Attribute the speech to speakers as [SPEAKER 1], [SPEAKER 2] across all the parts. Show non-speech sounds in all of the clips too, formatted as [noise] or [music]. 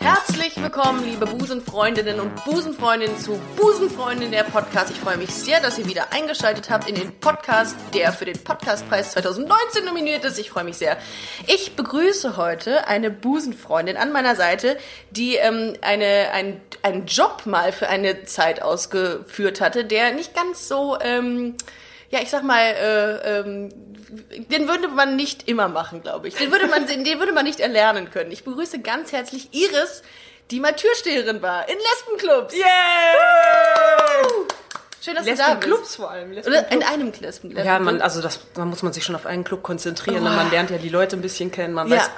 [SPEAKER 1] Herzlich willkommen, liebe Busenfreundinnen und Busenfreundinnen zu Busenfreundin der Podcast. Ich freue mich sehr, dass ihr wieder eingeschaltet habt in den Podcast, der für den Podcastpreis 2019 nominiert ist. Ich freue mich sehr. Ich begrüße heute eine Busenfreundin an meiner Seite, die ähm, eine, ein, einen Job mal für eine Zeit ausgeführt hatte, der nicht ganz so, ähm, ja, ich sag mal, äh, ähm, den würde man nicht immer machen, glaube ich. Den würde man, den den würde man nicht erlernen können. Ich begrüße ganz herzlich Iris, die mal Türsteherin war in Lesbenclubs.
[SPEAKER 2] Yay!
[SPEAKER 1] Schön, dass du da bist.
[SPEAKER 2] Lesbenclubs vor allem.
[SPEAKER 1] Oder
[SPEAKER 2] Lesbenclubs.
[SPEAKER 1] in einem Lesbenclub.
[SPEAKER 2] Ja, man, also das, da muss man sich schon auf einen Club konzentrieren. Man lernt ja die Leute ein bisschen kennen. Man
[SPEAKER 1] Oh. Ja.
[SPEAKER 2] weiß,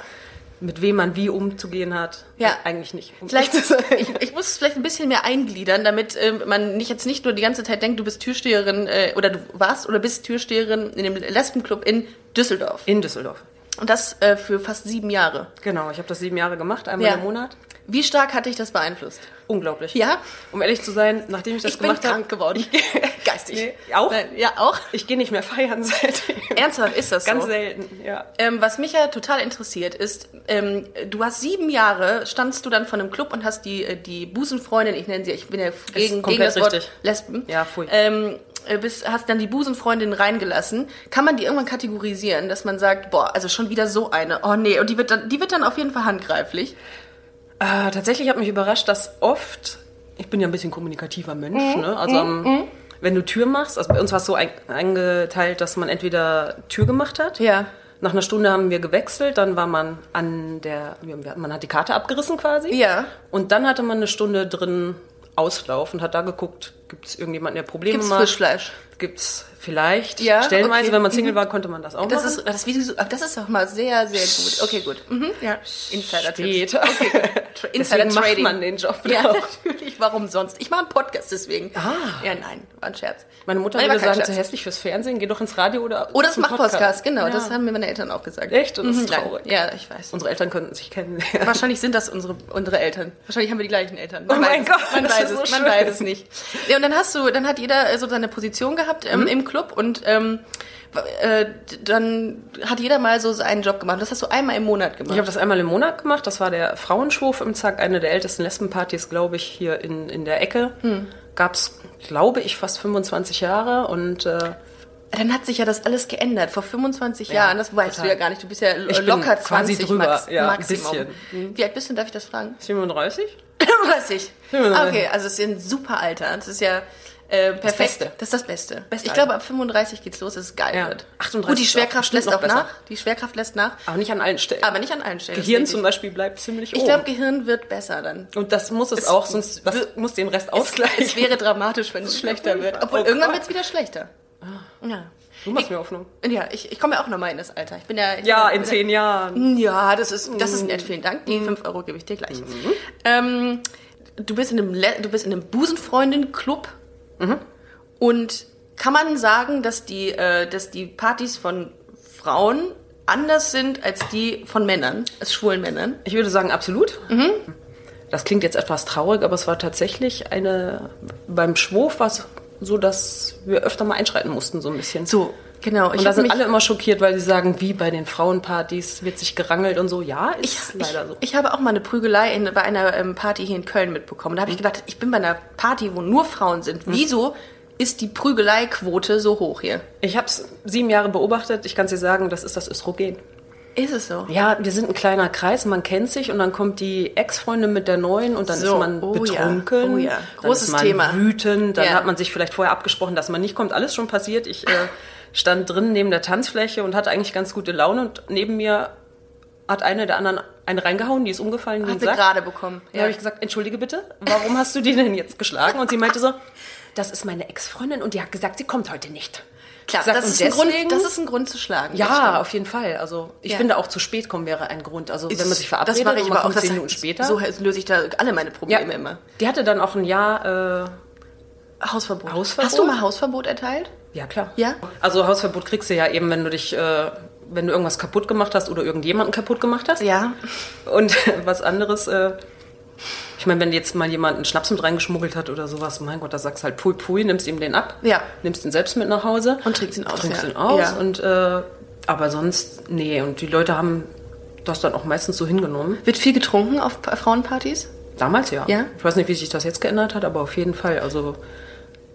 [SPEAKER 2] mit wem man wie umzugehen hat.
[SPEAKER 1] Ja.
[SPEAKER 2] Eigentlich nicht. Um [laughs]
[SPEAKER 1] Vielleicht,
[SPEAKER 2] ehrlich zu sein.
[SPEAKER 1] ich, ich muss es vielleicht ein bisschen mehr eingliedern, damit ähm, man nicht jetzt nicht nur die ganze Zeit denkt, du bist Türsteherin äh, oder du warst oder bist Türsteherin in dem Lesbenclub in Düsseldorf.
[SPEAKER 2] In Düsseldorf.
[SPEAKER 1] Und das äh, für fast sieben Jahre.
[SPEAKER 2] Genau, ich habe das sieben Jahre gemacht, einmal
[SPEAKER 1] Ja.
[SPEAKER 2] im Monat.
[SPEAKER 1] Wie stark hat dich das beeinflusst?
[SPEAKER 2] Unglaublich.
[SPEAKER 1] Ja?
[SPEAKER 2] Um ehrlich zu sein, nachdem ich das
[SPEAKER 1] ich bin
[SPEAKER 2] gemacht
[SPEAKER 1] krank
[SPEAKER 2] habe,
[SPEAKER 1] geworden. [laughs] Geistig.
[SPEAKER 2] Nee, auch?
[SPEAKER 1] Nein, ja, auch.
[SPEAKER 2] ich gehe nicht mehr feiern [laughs] seitdem.
[SPEAKER 1] Ernsthaft ist das
[SPEAKER 2] Ganz
[SPEAKER 1] so?
[SPEAKER 2] selten, ja.
[SPEAKER 1] Ähm, was mich ja total interessiert ist, ähm, du hast sieben Jahre, standst du dann von einem Club und hast die, äh, die Busenfreundin, ich nenne sie, ich bin ja gegen, gegen
[SPEAKER 2] komplett
[SPEAKER 1] das Wort
[SPEAKER 2] richtig.
[SPEAKER 1] Lesben.
[SPEAKER 2] Ja, pfui.
[SPEAKER 1] Ähm, äh, bist, hast dann die Busenfreundin reingelassen. Kann man die irgendwann kategorisieren, dass man sagt, boah, also schon wieder so eine. Oh nee, und die wird dann, die wird dann auf jeden Fall handgreiflich.
[SPEAKER 2] Äh, tatsächlich hat mich überrascht, dass oft, ich bin ja ein bisschen kommunikativer
[SPEAKER 1] Mhm.
[SPEAKER 2] Mensch, ne? Also am- wenn du Tür machst, also bei uns war es so ein, eingeteilt, dass man entweder Tür gemacht hat.
[SPEAKER 1] Ja.
[SPEAKER 2] Nach einer Stunde haben wir gewechselt, dann war man an der, wir- man hat die Karte abgerissen quasi.
[SPEAKER 1] Ja.
[SPEAKER 2] Und dann hatte man eine Stunde drin Auslauf und hat da geguckt, gibt es irgendjemanden, der Probleme
[SPEAKER 1] Gibt's
[SPEAKER 2] macht?
[SPEAKER 1] Frischfleisch?
[SPEAKER 2] Gibt's vielleicht.
[SPEAKER 1] Ja,
[SPEAKER 2] Stellenweise,
[SPEAKER 1] okay. Mhm.
[SPEAKER 2] wenn man Single war, konnte man das auch
[SPEAKER 1] Das
[SPEAKER 2] machen.
[SPEAKER 1] ist, das, ist, das ist doch mal sehr, sehr gut. Okay, gut. Mhm, ja. Insider-Tipps.
[SPEAKER 2] Steht.
[SPEAKER 1] Tra-
[SPEAKER 2] Deswegen macht
[SPEAKER 1] Insider-Trading.
[SPEAKER 2] man den Job.
[SPEAKER 1] [laughs] Ja,
[SPEAKER 2] doch.
[SPEAKER 1] natürlich. Warum sonst? Ich mache einen Podcast deswegen. Ah. Ja, nein, war ein Scherz.
[SPEAKER 2] Meine Mutter
[SPEAKER 1] Nein, war
[SPEAKER 2] würde
[SPEAKER 1] kein
[SPEAKER 2] sagen, zu
[SPEAKER 1] Scherz.
[SPEAKER 2] hässlich fürs Fernsehen, geh doch ins Radio oder
[SPEAKER 1] Oder es
[SPEAKER 2] zum
[SPEAKER 1] macht Podcast, genau.
[SPEAKER 2] Ja.
[SPEAKER 1] Das haben mir meine Eltern auch gesagt.
[SPEAKER 2] Echt? Und das ist
[SPEAKER 1] nein.
[SPEAKER 2] traurig.
[SPEAKER 1] Ja, ich weiß.
[SPEAKER 2] Unsere Eltern könnten sich kennenlernen.
[SPEAKER 1] Wahrscheinlich sind das unsere, unsere Eltern. Wahrscheinlich haben wir die gleichen Eltern. Man
[SPEAKER 2] Oh
[SPEAKER 1] weiß
[SPEAKER 2] mein
[SPEAKER 1] es,
[SPEAKER 2] Gott,
[SPEAKER 1] man
[SPEAKER 2] das
[SPEAKER 1] weiß
[SPEAKER 2] ist
[SPEAKER 1] es,
[SPEAKER 2] so
[SPEAKER 1] man
[SPEAKER 2] schön.
[SPEAKER 1] weiß es nicht. Ja, und dann hast du, dann hat jeder äh, so seine Position gehabt ähm, im Club und ähm, w- äh, dann hat jeder mal so seinen Job gemacht. Das hast du einmal im Monat gemacht.
[SPEAKER 2] [laughs] Ich habe das einmal im Monat gemacht. Das war der Frauenschwurf im Zack, eine der ältesten Lesbenpartys, glaube ich, hier in, in der Ecke.
[SPEAKER 1] Hm.
[SPEAKER 2] Gab's, glaube ich, fast 25 Jahre. Und äh,
[SPEAKER 1] Dann hat sich ja das alles geändert. Vor 25 Jahren, das weißt
[SPEAKER 2] total.
[SPEAKER 1] du ja gar nicht. Du bist ja
[SPEAKER 2] Ich
[SPEAKER 1] lo-
[SPEAKER 2] bin
[SPEAKER 1] locker 20
[SPEAKER 2] quasi drüber,
[SPEAKER 1] Max,
[SPEAKER 2] ja, ein
[SPEAKER 1] Maximum.
[SPEAKER 2] bisschen.
[SPEAKER 1] Wie alt bist du, denn? darf ich das fragen?
[SPEAKER 2] 37?
[SPEAKER 1] [laughs] 30.
[SPEAKER 2] Ja.
[SPEAKER 1] Okay, also es ist ein super Alter. Das ist ja äh, perfekt. Das,
[SPEAKER 2] Beste.
[SPEAKER 1] das ist das Beste.
[SPEAKER 2] Beste
[SPEAKER 1] ich glaube, ab 35 geht's los, dass es geil
[SPEAKER 2] Ja.
[SPEAKER 1] wird.
[SPEAKER 2] 38
[SPEAKER 1] Gut, die
[SPEAKER 2] ist auch
[SPEAKER 1] Schwerkraft
[SPEAKER 2] bestimmt
[SPEAKER 1] lässt auch
[SPEAKER 2] noch besser.
[SPEAKER 1] nach. Die Schwerkraft lässt nach.
[SPEAKER 2] Aber nicht an allen Stellen.
[SPEAKER 1] Aber nicht an allen Stellen. das
[SPEAKER 2] Gehirn
[SPEAKER 1] ist
[SPEAKER 2] zum
[SPEAKER 1] richtig.
[SPEAKER 2] Beispiel Oh. bleibt ziemlich
[SPEAKER 1] Ich
[SPEAKER 2] oben.
[SPEAKER 1] glaube, Gehirn wird besser
[SPEAKER 2] [laughs]
[SPEAKER 1] dann.
[SPEAKER 2] und das muss es, auch, sonst das muss den Rest ausgleichen.
[SPEAKER 1] Es wäre dramatisch, wenn es schlechter wird. Obwohl,
[SPEAKER 2] Oh
[SPEAKER 1] irgendwann
[SPEAKER 2] Gott. Ah.
[SPEAKER 1] wird's wieder schlechter. Ja.
[SPEAKER 2] du machst mir Hoffnung.
[SPEAKER 1] Ja, ich, ich komme ja auch nochmal in das Alter. Ich bin ja. ich
[SPEAKER 2] Ja,
[SPEAKER 1] bin
[SPEAKER 2] in zehn Jahren.
[SPEAKER 1] Ja, das ist, das ist nett,
[SPEAKER 2] Mm.
[SPEAKER 1] vielen Dank. Die 5 Euro gebe ich dir gleich. Ähm, du, bist in einem Le du bist in einem Busenfreundin-Club
[SPEAKER 2] Mhm.
[SPEAKER 1] und kann man sagen, dass die, äh, dass die Partys von Frauen anders sind als die von Männern, als schwulen Männern?
[SPEAKER 2] Ich würde sagen, absolut.
[SPEAKER 1] Mhm.
[SPEAKER 2] Das klingt jetzt etwas traurig, aber es war tatsächlich eine. Beim Schwurf war es so, dass wir öfter mal einschreiten mussten, so ein bisschen.
[SPEAKER 1] So, genau. Ich
[SPEAKER 2] und da
[SPEAKER 1] hab
[SPEAKER 2] sind
[SPEAKER 1] mich-
[SPEAKER 2] alle immer schockiert, weil sie sagen, wie bei den Frauenpartys wird sich gerangelt und so. Ja, ist
[SPEAKER 1] ich,
[SPEAKER 2] [laughs] leider so.
[SPEAKER 1] ich habe auch mal eine Prügelei in, bei einer ähm, Party hier in Köln mitbekommen. Da habe ich
[SPEAKER 2] Mhm.
[SPEAKER 1] gedacht, ich bin bei einer Party, wo nur Frauen sind. Wieso ist die Prügeleiquote so hoch hier?
[SPEAKER 2] Ich habe es sieben Jahre beobachtet. Ich kann dir sagen, das ist das Östrogen.
[SPEAKER 1] Ist es so?
[SPEAKER 2] Ja, wir sind ein kleiner Kreis, man kennt sich und dann kommt die Ex-Freundin mit der neuen und dann
[SPEAKER 1] So,
[SPEAKER 2] ist man
[SPEAKER 1] oh ja,
[SPEAKER 2] betrunken.
[SPEAKER 1] oh ja. Großes
[SPEAKER 2] dann ist man
[SPEAKER 1] Thema.
[SPEAKER 2] wütend, dann
[SPEAKER 1] Ja.
[SPEAKER 2] hat man sich vielleicht vorher abgesprochen, dass man nicht kommt. Alles schon passiert. Ich äh, stand drin neben der Tanzfläche und hatte eigentlich ganz gute Laune und neben mir hat eine der anderen einen reingehauen, die ist umgefallen wie ein
[SPEAKER 1] Hat sie
[SPEAKER 2] Sack.
[SPEAKER 1] gerade bekommen.
[SPEAKER 2] Da habe ich gesagt, entschuldige bitte, warum hast du die denn jetzt geschlagen? Und sie meinte so, das ist meine Ex-Freundin und die hat gesagt, sie kommt heute nicht.
[SPEAKER 1] Klar,
[SPEAKER 2] Sagt,
[SPEAKER 1] das
[SPEAKER 2] und
[SPEAKER 1] ist, ein Grund,
[SPEAKER 2] deswegen-
[SPEAKER 1] das ist ein Grund zu schlagen. das
[SPEAKER 2] ja,
[SPEAKER 1] stimmt.
[SPEAKER 2] auf jeden Fall. Also ich
[SPEAKER 1] Ja.
[SPEAKER 2] finde auch zu spät kommen wäre ein Grund. Also wenn man sich verabredet
[SPEAKER 1] das mache ich
[SPEAKER 2] und man
[SPEAKER 1] aber auch.
[SPEAKER 2] kommt
[SPEAKER 1] Das
[SPEAKER 2] zehn Minuten später.
[SPEAKER 1] So löse ich da alle meine Probleme immer.
[SPEAKER 2] Die hatte dann auch ein Jahr äh,
[SPEAKER 1] Hausverbot.
[SPEAKER 2] Hausverbot?
[SPEAKER 1] Hast du mal Hausverbot erteilt?
[SPEAKER 2] Ja, klar.
[SPEAKER 1] Ja?
[SPEAKER 2] Also Hausverbot kriegst du ja eben, wenn du dich, äh, wenn du irgendwas kaputt gemacht hast oder irgendjemanden kaputt gemacht hast.
[SPEAKER 1] Ja.
[SPEAKER 2] Und [laughs] was anderes, äh, ich meine, wenn jetzt mal jemand einen Schnaps mit reingeschmuggelt hat oder sowas, mein Gott, da sagst du halt pui pui, nimmst ihm den ab,
[SPEAKER 1] Ja.
[SPEAKER 2] nimmst ihn selbst mit nach Hause
[SPEAKER 1] Und trinkst ihn aus,
[SPEAKER 2] Trinkst
[SPEAKER 1] ja.
[SPEAKER 2] ihn aus
[SPEAKER 1] Ja.
[SPEAKER 2] und äh, aber sonst, nee, und die Leute haben das dann auch meistens so hingenommen.
[SPEAKER 1] Wird viel getrunken auf Pa- Frauenpartys?
[SPEAKER 2] Damals ja.
[SPEAKER 1] Ja.
[SPEAKER 2] Ich weiß nicht, wie sich das jetzt geändert hat, aber auf jeden Fall. Also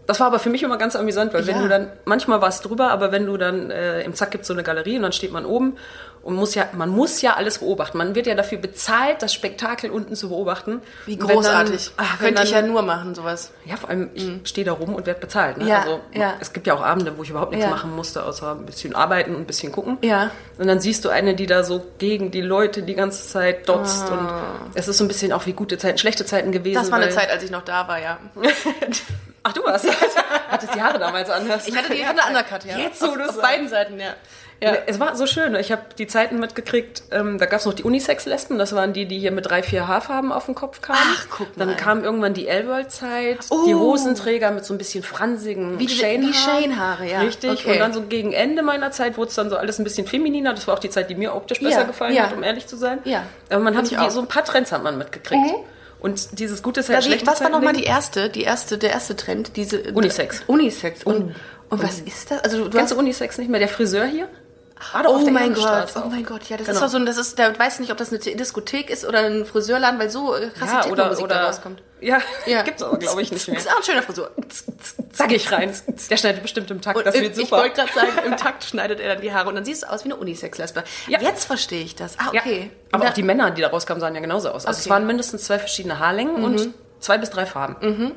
[SPEAKER 2] das war aber für mich immer ganz amüsant, weil
[SPEAKER 1] Ja.
[SPEAKER 2] wenn du dann manchmal war es drüber, aber wenn du dann äh, im Zack gibt so eine Galerie und dann steht man oben und muss ja, man muss ja alles beobachten. Man wird ja dafür bezahlt, das Spektakel unten zu beobachten.
[SPEAKER 1] Wie
[SPEAKER 2] Und wenn
[SPEAKER 1] großartig.
[SPEAKER 2] Dann, ach, wenn
[SPEAKER 1] Könnte
[SPEAKER 2] dann,
[SPEAKER 1] ich ja nur machen, sowas.
[SPEAKER 2] Ja, vor allem ich stehe da rum und werde bezahlt. Ne?
[SPEAKER 1] Mhm. Ja,
[SPEAKER 2] also
[SPEAKER 1] ja.
[SPEAKER 2] es gibt ja auch Abende, wo ich überhaupt nichts
[SPEAKER 1] Ja.
[SPEAKER 2] machen musste, außer ein bisschen arbeiten und ein bisschen gucken.
[SPEAKER 1] Ja.
[SPEAKER 2] Und dann siehst du eine, die da so gegen die Leute die ganze Zeit dotzt. Und es ist so ein bisschen auch wie gute Zeiten, schlechte Zeiten gewesen.
[SPEAKER 1] Ah. Das war eine
[SPEAKER 2] weil-
[SPEAKER 1] Zeit, als ich noch da war, ja.
[SPEAKER 2] [laughs] Ach,
[SPEAKER 1] [laughs]
[SPEAKER 2] du warst. Hattest die Haare damals anders.
[SPEAKER 1] Ich hatte die Hände undercut, [laughs] ja.
[SPEAKER 2] Jetzt, wo
[SPEAKER 1] auf,
[SPEAKER 2] du's
[SPEAKER 1] auf
[SPEAKER 2] sagst.
[SPEAKER 1] beiden Seiten, ja.
[SPEAKER 2] Ja. Es war so schön. ne? Ich habe die Zeiten mitgekriegt. Ähm, da gab es noch die Unisex-Lesben. Das waren die, die hier mit drei, vier Haarfarben auf den Kopf kamen.
[SPEAKER 1] Ach, guck mal.
[SPEAKER 2] Dann kam irgendwann die L-World-Zeit.
[SPEAKER 1] Oh.
[SPEAKER 2] Die Hosenträger mit so ein bisschen fransigen
[SPEAKER 1] Wie diese-
[SPEAKER 2] Shane-Haaren.
[SPEAKER 1] wie Shane-Haare, ja.
[SPEAKER 2] Richtig.
[SPEAKER 1] Okay.
[SPEAKER 2] Und dann so gegen Ende meiner Zeit wurde es dann so alles ein bisschen femininer. Das war auch die Zeit, die mir optisch besser gefallen
[SPEAKER 1] ja.
[SPEAKER 2] hat, um ehrlich zu sein.
[SPEAKER 1] Ja.
[SPEAKER 2] Aber man hat
[SPEAKER 1] Ich
[SPEAKER 2] so,
[SPEAKER 1] auch.
[SPEAKER 2] die, so ein paar Trends hat man mitgekriegt. Und dieses gute Zeit,
[SPEAKER 1] Also,
[SPEAKER 2] schlechte
[SPEAKER 1] was war
[SPEAKER 2] Zeiten
[SPEAKER 1] nochmal
[SPEAKER 2] Ding.
[SPEAKER 1] die erste, die erste, der erste Trend? Diese
[SPEAKER 2] Unisex. Oh.
[SPEAKER 1] Unisex. Und, und was ist das? Also du
[SPEAKER 2] Kennst
[SPEAKER 1] hast,
[SPEAKER 2] du Unisex nicht mehr? Der Friseur hier? War doch
[SPEAKER 1] oh
[SPEAKER 2] auf der
[SPEAKER 1] mein Gott,
[SPEAKER 2] Ehrenstraße
[SPEAKER 1] oh
[SPEAKER 2] auch.
[SPEAKER 1] mein Gott, ja, das ist
[SPEAKER 2] Genau.
[SPEAKER 1] doch so ein, das ist, da weiß ich nicht, ob das eine Diskothek ist oder ein Friseurladen, weil so äh, krasse
[SPEAKER 2] ja, oder,
[SPEAKER 1] Techno-Musik da
[SPEAKER 2] oder
[SPEAKER 1] rauskommt.
[SPEAKER 2] ja,
[SPEAKER 1] Ja.
[SPEAKER 2] gibt's aber glaube ich nicht mehr.
[SPEAKER 1] Das ist auch ein schöner Frisur.
[SPEAKER 2] Sag ich rein. Der schneidet bestimmt im Takt, das
[SPEAKER 1] im-
[SPEAKER 2] wird
[SPEAKER 1] äh, Ich
[SPEAKER 2] super.
[SPEAKER 1] wollte gerade sagen, im Takt schneidet er dann die Haare und dann siehst du aus wie eine Unisex-Lesbe.
[SPEAKER 2] Ja.
[SPEAKER 1] Jetzt verstehe ich das. Ah,
[SPEAKER 2] ja.
[SPEAKER 1] okay.
[SPEAKER 2] Aber
[SPEAKER 1] Na-
[SPEAKER 2] auch die Männer, die da rauskamen, sahen ja genauso aus. Also es
[SPEAKER 1] Okay. Mhm.
[SPEAKER 2] waren mindestens zwei verschiedene Haarlängen und zwei bis drei Farben.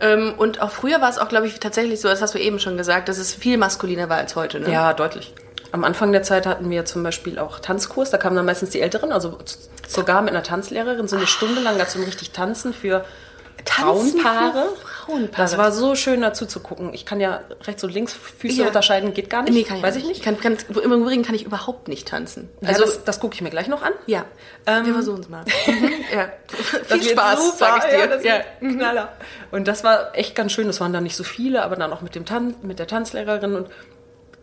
[SPEAKER 1] ähm, und auch früher war es auch, glaube ich, tatsächlich so, das hast du eben schon gesagt, dass es viel maskuliner war als heute. Ne?
[SPEAKER 2] Ja, deutlich. Am Anfang der Zeit hatten wir zum Beispiel auch Tanzkurs. Da kamen dann meistens die Älteren, also z- sogar mit einer Tanzlehrerin, so eine Stunde lang dazu um richtig tanzen
[SPEAKER 1] Ah.
[SPEAKER 2] für
[SPEAKER 1] Tanzen für
[SPEAKER 2] Frauenpaare.
[SPEAKER 1] Frauenpaare.
[SPEAKER 2] Das war so schön dazu zu gucken. Ich kann ja rechts und links Füße
[SPEAKER 1] Ja.
[SPEAKER 2] unterscheiden, geht gar nicht.
[SPEAKER 1] Nee, kann ich
[SPEAKER 2] Weiß
[SPEAKER 1] nicht.
[SPEAKER 2] ich nicht.
[SPEAKER 1] Kann, kann, Im Übrigen kann ich überhaupt nicht tanzen. Also,
[SPEAKER 2] Also das, das gucke ich mir gleich noch an.
[SPEAKER 1] ja.
[SPEAKER 2] Ähm,
[SPEAKER 1] wir versuchen
[SPEAKER 2] [laughs]
[SPEAKER 1] es mal. Mhm, ja.
[SPEAKER 2] Das
[SPEAKER 1] Viel
[SPEAKER 2] wird
[SPEAKER 1] Spaß,
[SPEAKER 2] super,
[SPEAKER 1] sag ich dir.
[SPEAKER 2] Ja, das wird ein Knaller. Und das war echt ganz schön. Das waren da nicht so viele, aber dann auch mit, dem Tan mit der Tanzlehrerin. Und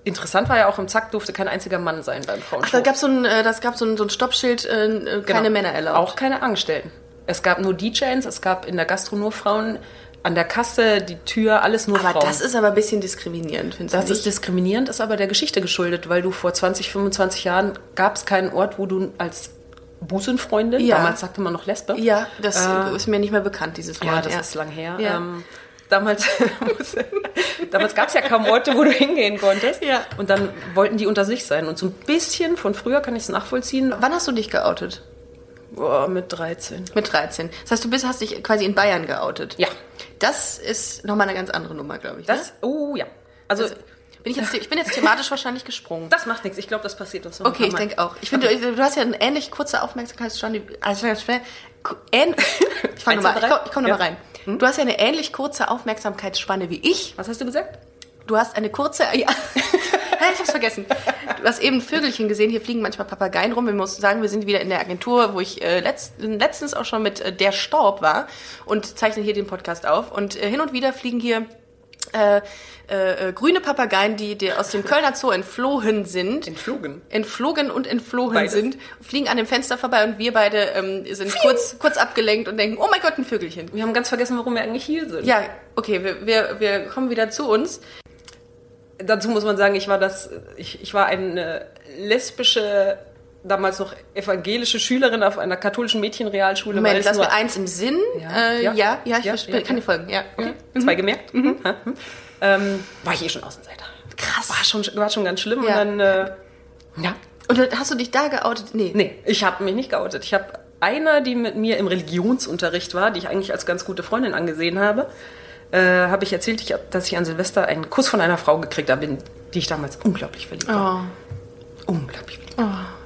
[SPEAKER 2] interessant war ja auch, im Zack durfte kein einziger Mann sein beim Frauenshow.
[SPEAKER 1] Ach, da gab's so ein, äh, das gab so ein, so ein Stoppschild, äh, äh,
[SPEAKER 2] Genau.
[SPEAKER 1] keine Männer erlaubt.
[SPEAKER 2] Auch keine Angestellten. Es gab nur DJs, es gab in der Gastro nur Frauen, an der Kasse, die Tür, alles nur
[SPEAKER 1] Aber
[SPEAKER 2] Frauen.
[SPEAKER 1] das ist aber ein bisschen diskriminierend, findest
[SPEAKER 2] Das
[SPEAKER 1] du
[SPEAKER 2] ist
[SPEAKER 1] nicht?
[SPEAKER 2] diskriminierend, ist aber der Geschichte geschuldet, weil du vor 20, 25 Jahren gab es keinen Ort, wo du als Busenfreundin,
[SPEAKER 1] Ja.
[SPEAKER 2] damals sagte man noch Lesbe,
[SPEAKER 1] ja, das
[SPEAKER 2] Äh,
[SPEAKER 1] ist mir nicht mehr bekannt, dieses Wort.
[SPEAKER 2] Ja, das ist lang her.
[SPEAKER 1] Ja.
[SPEAKER 2] Ähm, damals [laughs] damals gab es ja kaum Orte, wo du hingehen konntest.
[SPEAKER 1] Ja.
[SPEAKER 2] Und dann wollten die unter sich sein. Und so ein bisschen von früher kann ich es nachvollziehen.
[SPEAKER 1] Wann hast du dich geoutet?
[SPEAKER 2] Boah, mit 13.
[SPEAKER 1] Mit 13. Das heißt, du bist, hast dich quasi in Bayern geoutet.
[SPEAKER 2] Ja.
[SPEAKER 1] Das ist nochmal eine ganz andere Nummer, glaube ich.
[SPEAKER 2] Das, oh ja. Also,
[SPEAKER 1] ne? bin ich, jetzt, ich bin jetzt thematisch wahrscheinlich gesprungen.
[SPEAKER 2] das macht nichts. Ich glaube, das passiert uns noch
[SPEAKER 1] Okay,
[SPEAKER 2] ein
[SPEAKER 1] ich
[SPEAKER 2] paar Mal.
[SPEAKER 1] denke auch. Ich finde, du, du hast ja eine ähnlich kurze Aufmerksamkeitsspanne. Also, ich fang [laughs]
[SPEAKER 2] Eins,
[SPEAKER 1] nochmal
[SPEAKER 2] zwei,
[SPEAKER 1] ich komm,
[SPEAKER 2] drei?
[SPEAKER 1] ich komm noch mal
[SPEAKER 2] Ja. Hm?
[SPEAKER 1] rein. Du hast ja eine ähnlich kurze Aufmerksamkeitsspanne wie ich.
[SPEAKER 2] Was hast du gesagt?
[SPEAKER 1] Du hast eine kurze... [laughs] Ja. Hä, ich hab's vergessen. Du hast eben Vögelchen gesehen. Hier fliegen manchmal Papageien rum. Wir müssen sagen, wir sind wieder in der Agentur, wo ich äh, letzt, letztens auch schon mit äh, Der Staub war und zeichne hier den Podcast auf. Und äh, hin und wieder fliegen hier... Äh, äh, äh, grüne Papageien, die, die aus dem Kölner Zoo entflohen sind
[SPEAKER 2] Entflogen.
[SPEAKER 1] entflogen und entflohen
[SPEAKER 2] Beides.
[SPEAKER 1] sind, fliegen an dem Fenster vorbei und wir beide ähm, sind kurz, kurz abgelenkt und denken, oh mein Gott, ein Vögelchen.
[SPEAKER 2] Wir haben ganz vergessen, warum wir eigentlich hier sind.
[SPEAKER 1] Ja, okay, wir, wir, wir kommen wieder zu uns.
[SPEAKER 2] Dazu muss man sagen, ich war das, ich, ich war eine lesbische, damals noch evangelische Schülerin auf einer katholischen Mädchenrealschule. weil
[SPEAKER 1] Moment,
[SPEAKER 2] es
[SPEAKER 1] lass
[SPEAKER 2] nur
[SPEAKER 1] mir eins im Sinn. Ja,
[SPEAKER 2] Ja,
[SPEAKER 1] äh, ja.
[SPEAKER 2] ja.
[SPEAKER 1] ja, ich
[SPEAKER 2] Ja,
[SPEAKER 1] verstehe,
[SPEAKER 2] ja,
[SPEAKER 1] kann
[SPEAKER 2] ja.
[SPEAKER 1] dir folgen. Ja, Mhm. okay.
[SPEAKER 2] Zwei gemerkt. Ja. Ähm, war ich eh schon Außenseiter.
[SPEAKER 1] Krass.
[SPEAKER 2] War schon, war schon ganz schlimm.
[SPEAKER 1] Ja.
[SPEAKER 2] Und dann, äh, ja.
[SPEAKER 1] Und dann hast du dich da geoutet? Nee.
[SPEAKER 2] Nee, ich habe mich nicht geoutet. Ich habe einer, die mit mir im Religionsunterricht war, die ich eigentlich als ganz gute Freundin angesehen habe, äh, habe ich erzählt, ich, hab- dass ich an Silvester einen Kuss von einer Frau gekriegt habe, in die ich damals unglaublich verliebt war.
[SPEAKER 1] Oh.
[SPEAKER 2] Unglaublich verliebt.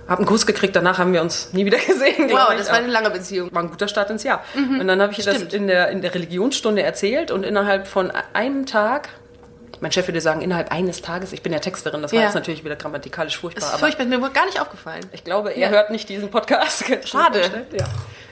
[SPEAKER 2] Hab einen Kuss gekriegt, danach haben wir uns nie wieder [laughs] gesehen. glaub
[SPEAKER 1] Wow,
[SPEAKER 2] ich.
[SPEAKER 1] das war
[SPEAKER 2] Aber-
[SPEAKER 1] eine lange Beziehung.
[SPEAKER 2] war ein guter Start ins Jahr. Und dann habe ich ihr das
[SPEAKER 1] Mhm. Stimmt.
[SPEAKER 2] in der, in der Religionsstunde erzählt und innerhalb von einem Tag, mein Chef würde sagen, innerhalb eines Tages, ich bin ja Texterin, das war
[SPEAKER 1] Ja.
[SPEAKER 2] jetzt natürlich wieder grammatikalisch furchtbar,
[SPEAKER 1] Das ist
[SPEAKER 2] aber
[SPEAKER 1] furchtbar, mir wohl gar nicht aufgefallen.
[SPEAKER 2] ich glaube,
[SPEAKER 1] Ja.
[SPEAKER 2] [laughs] er hört nicht diesen Podcast.
[SPEAKER 1] Schade.
[SPEAKER 2] Ja.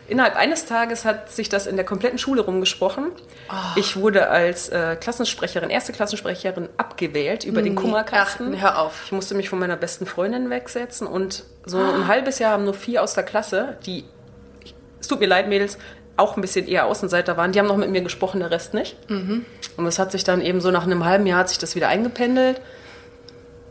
[SPEAKER 2] Innerhalb eines Tages hat sich das in der kompletten Schule rumgesprochen.
[SPEAKER 1] Oh.
[SPEAKER 2] Ich wurde als äh, Klassensprecherin, erste Klassensprecherin abgewählt über den Kummerkasten.
[SPEAKER 1] Ach, hör auf.
[SPEAKER 2] Ich musste mich von meiner besten Freundin wegsetzen und so
[SPEAKER 1] Ah.
[SPEAKER 2] ein halbes Jahr haben nur vier aus der Klasse, die, es tut mir leid, Mädels, auch ein bisschen eher Außenseiter waren. Die haben noch mit mir gesprochen, der Rest nicht.
[SPEAKER 1] Mhm.
[SPEAKER 2] Und das hat sich dann eben so nach einem halben Jahr hat sich das wieder eingependelt.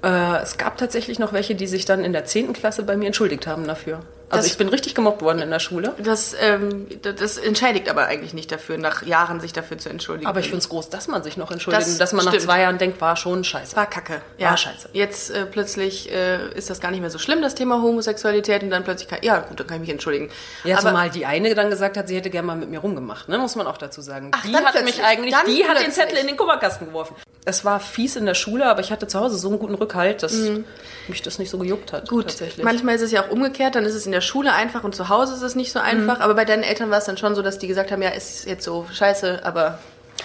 [SPEAKER 2] Äh, es gab tatsächlich noch welche, die sich dann in der 10. Klasse bei mir entschuldigt haben dafür. Also
[SPEAKER 1] Das-
[SPEAKER 2] ich bin richtig gemobbt worden in der Schule.
[SPEAKER 1] Das, ähm, d- das entscheidigt aber eigentlich nicht dafür, nach Jahren sich dafür zu entschuldigen.
[SPEAKER 2] Aber ich finde es groß, dass man sich noch entschuldigt,
[SPEAKER 1] Das
[SPEAKER 2] dass man
[SPEAKER 1] stimmt.
[SPEAKER 2] nach zwei Jahren denkt, war schon scheiße.
[SPEAKER 1] war kacke. Ja,
[SPEAKER 2] War scheiße.
[SPEAKER 1] Jetzt äh, plötzlich äh, ist das gar nicht mehr so schlimm, das Thema Homosexualität. Und dann plötzlich, kann, ja gut, dann kann ich mich entschuldigen.
[SPEAKER 2] Ja,
[SPEAKER 1] aber,
[SPEAKER 2] zumal die eine dann gesagt hat, sie hätte gerne mal mit mir rumgemacht, ne? muss man auch dazu sagen.
[SPEAKER 1] Ach,
[SPEAKER 2] die
[SPEAKER 1] dann
[SPEAKER 2] hat
[SPEAKER 1] plötzlich,
[SPEAKER 2] mich eigentlich,
[SPEAKER 1] dann
[SPEAKER 2] die hat den
[SPEAKER 1] plötzlich.
[SPEAKER 2] Zettel in den Kummerkasten geworfen. Es war fies in der Schule, aber ich hatte zu Hause so einen guten Rückhalt, dass mich das nicht so gejuckt hat.
[SPEAKER 1] Gut,
[SPEAKER 2] tatsächlich.
[SPEAKER 1] manchmal ist es ja auch umgekehrt, dann ist es in der Schule einfach und zu Hause ist es nicht so einfach. Aber bei deinen Eltern war es dann schon so, dass die gesagt haben, ja, ist jetzt so scheiße, aber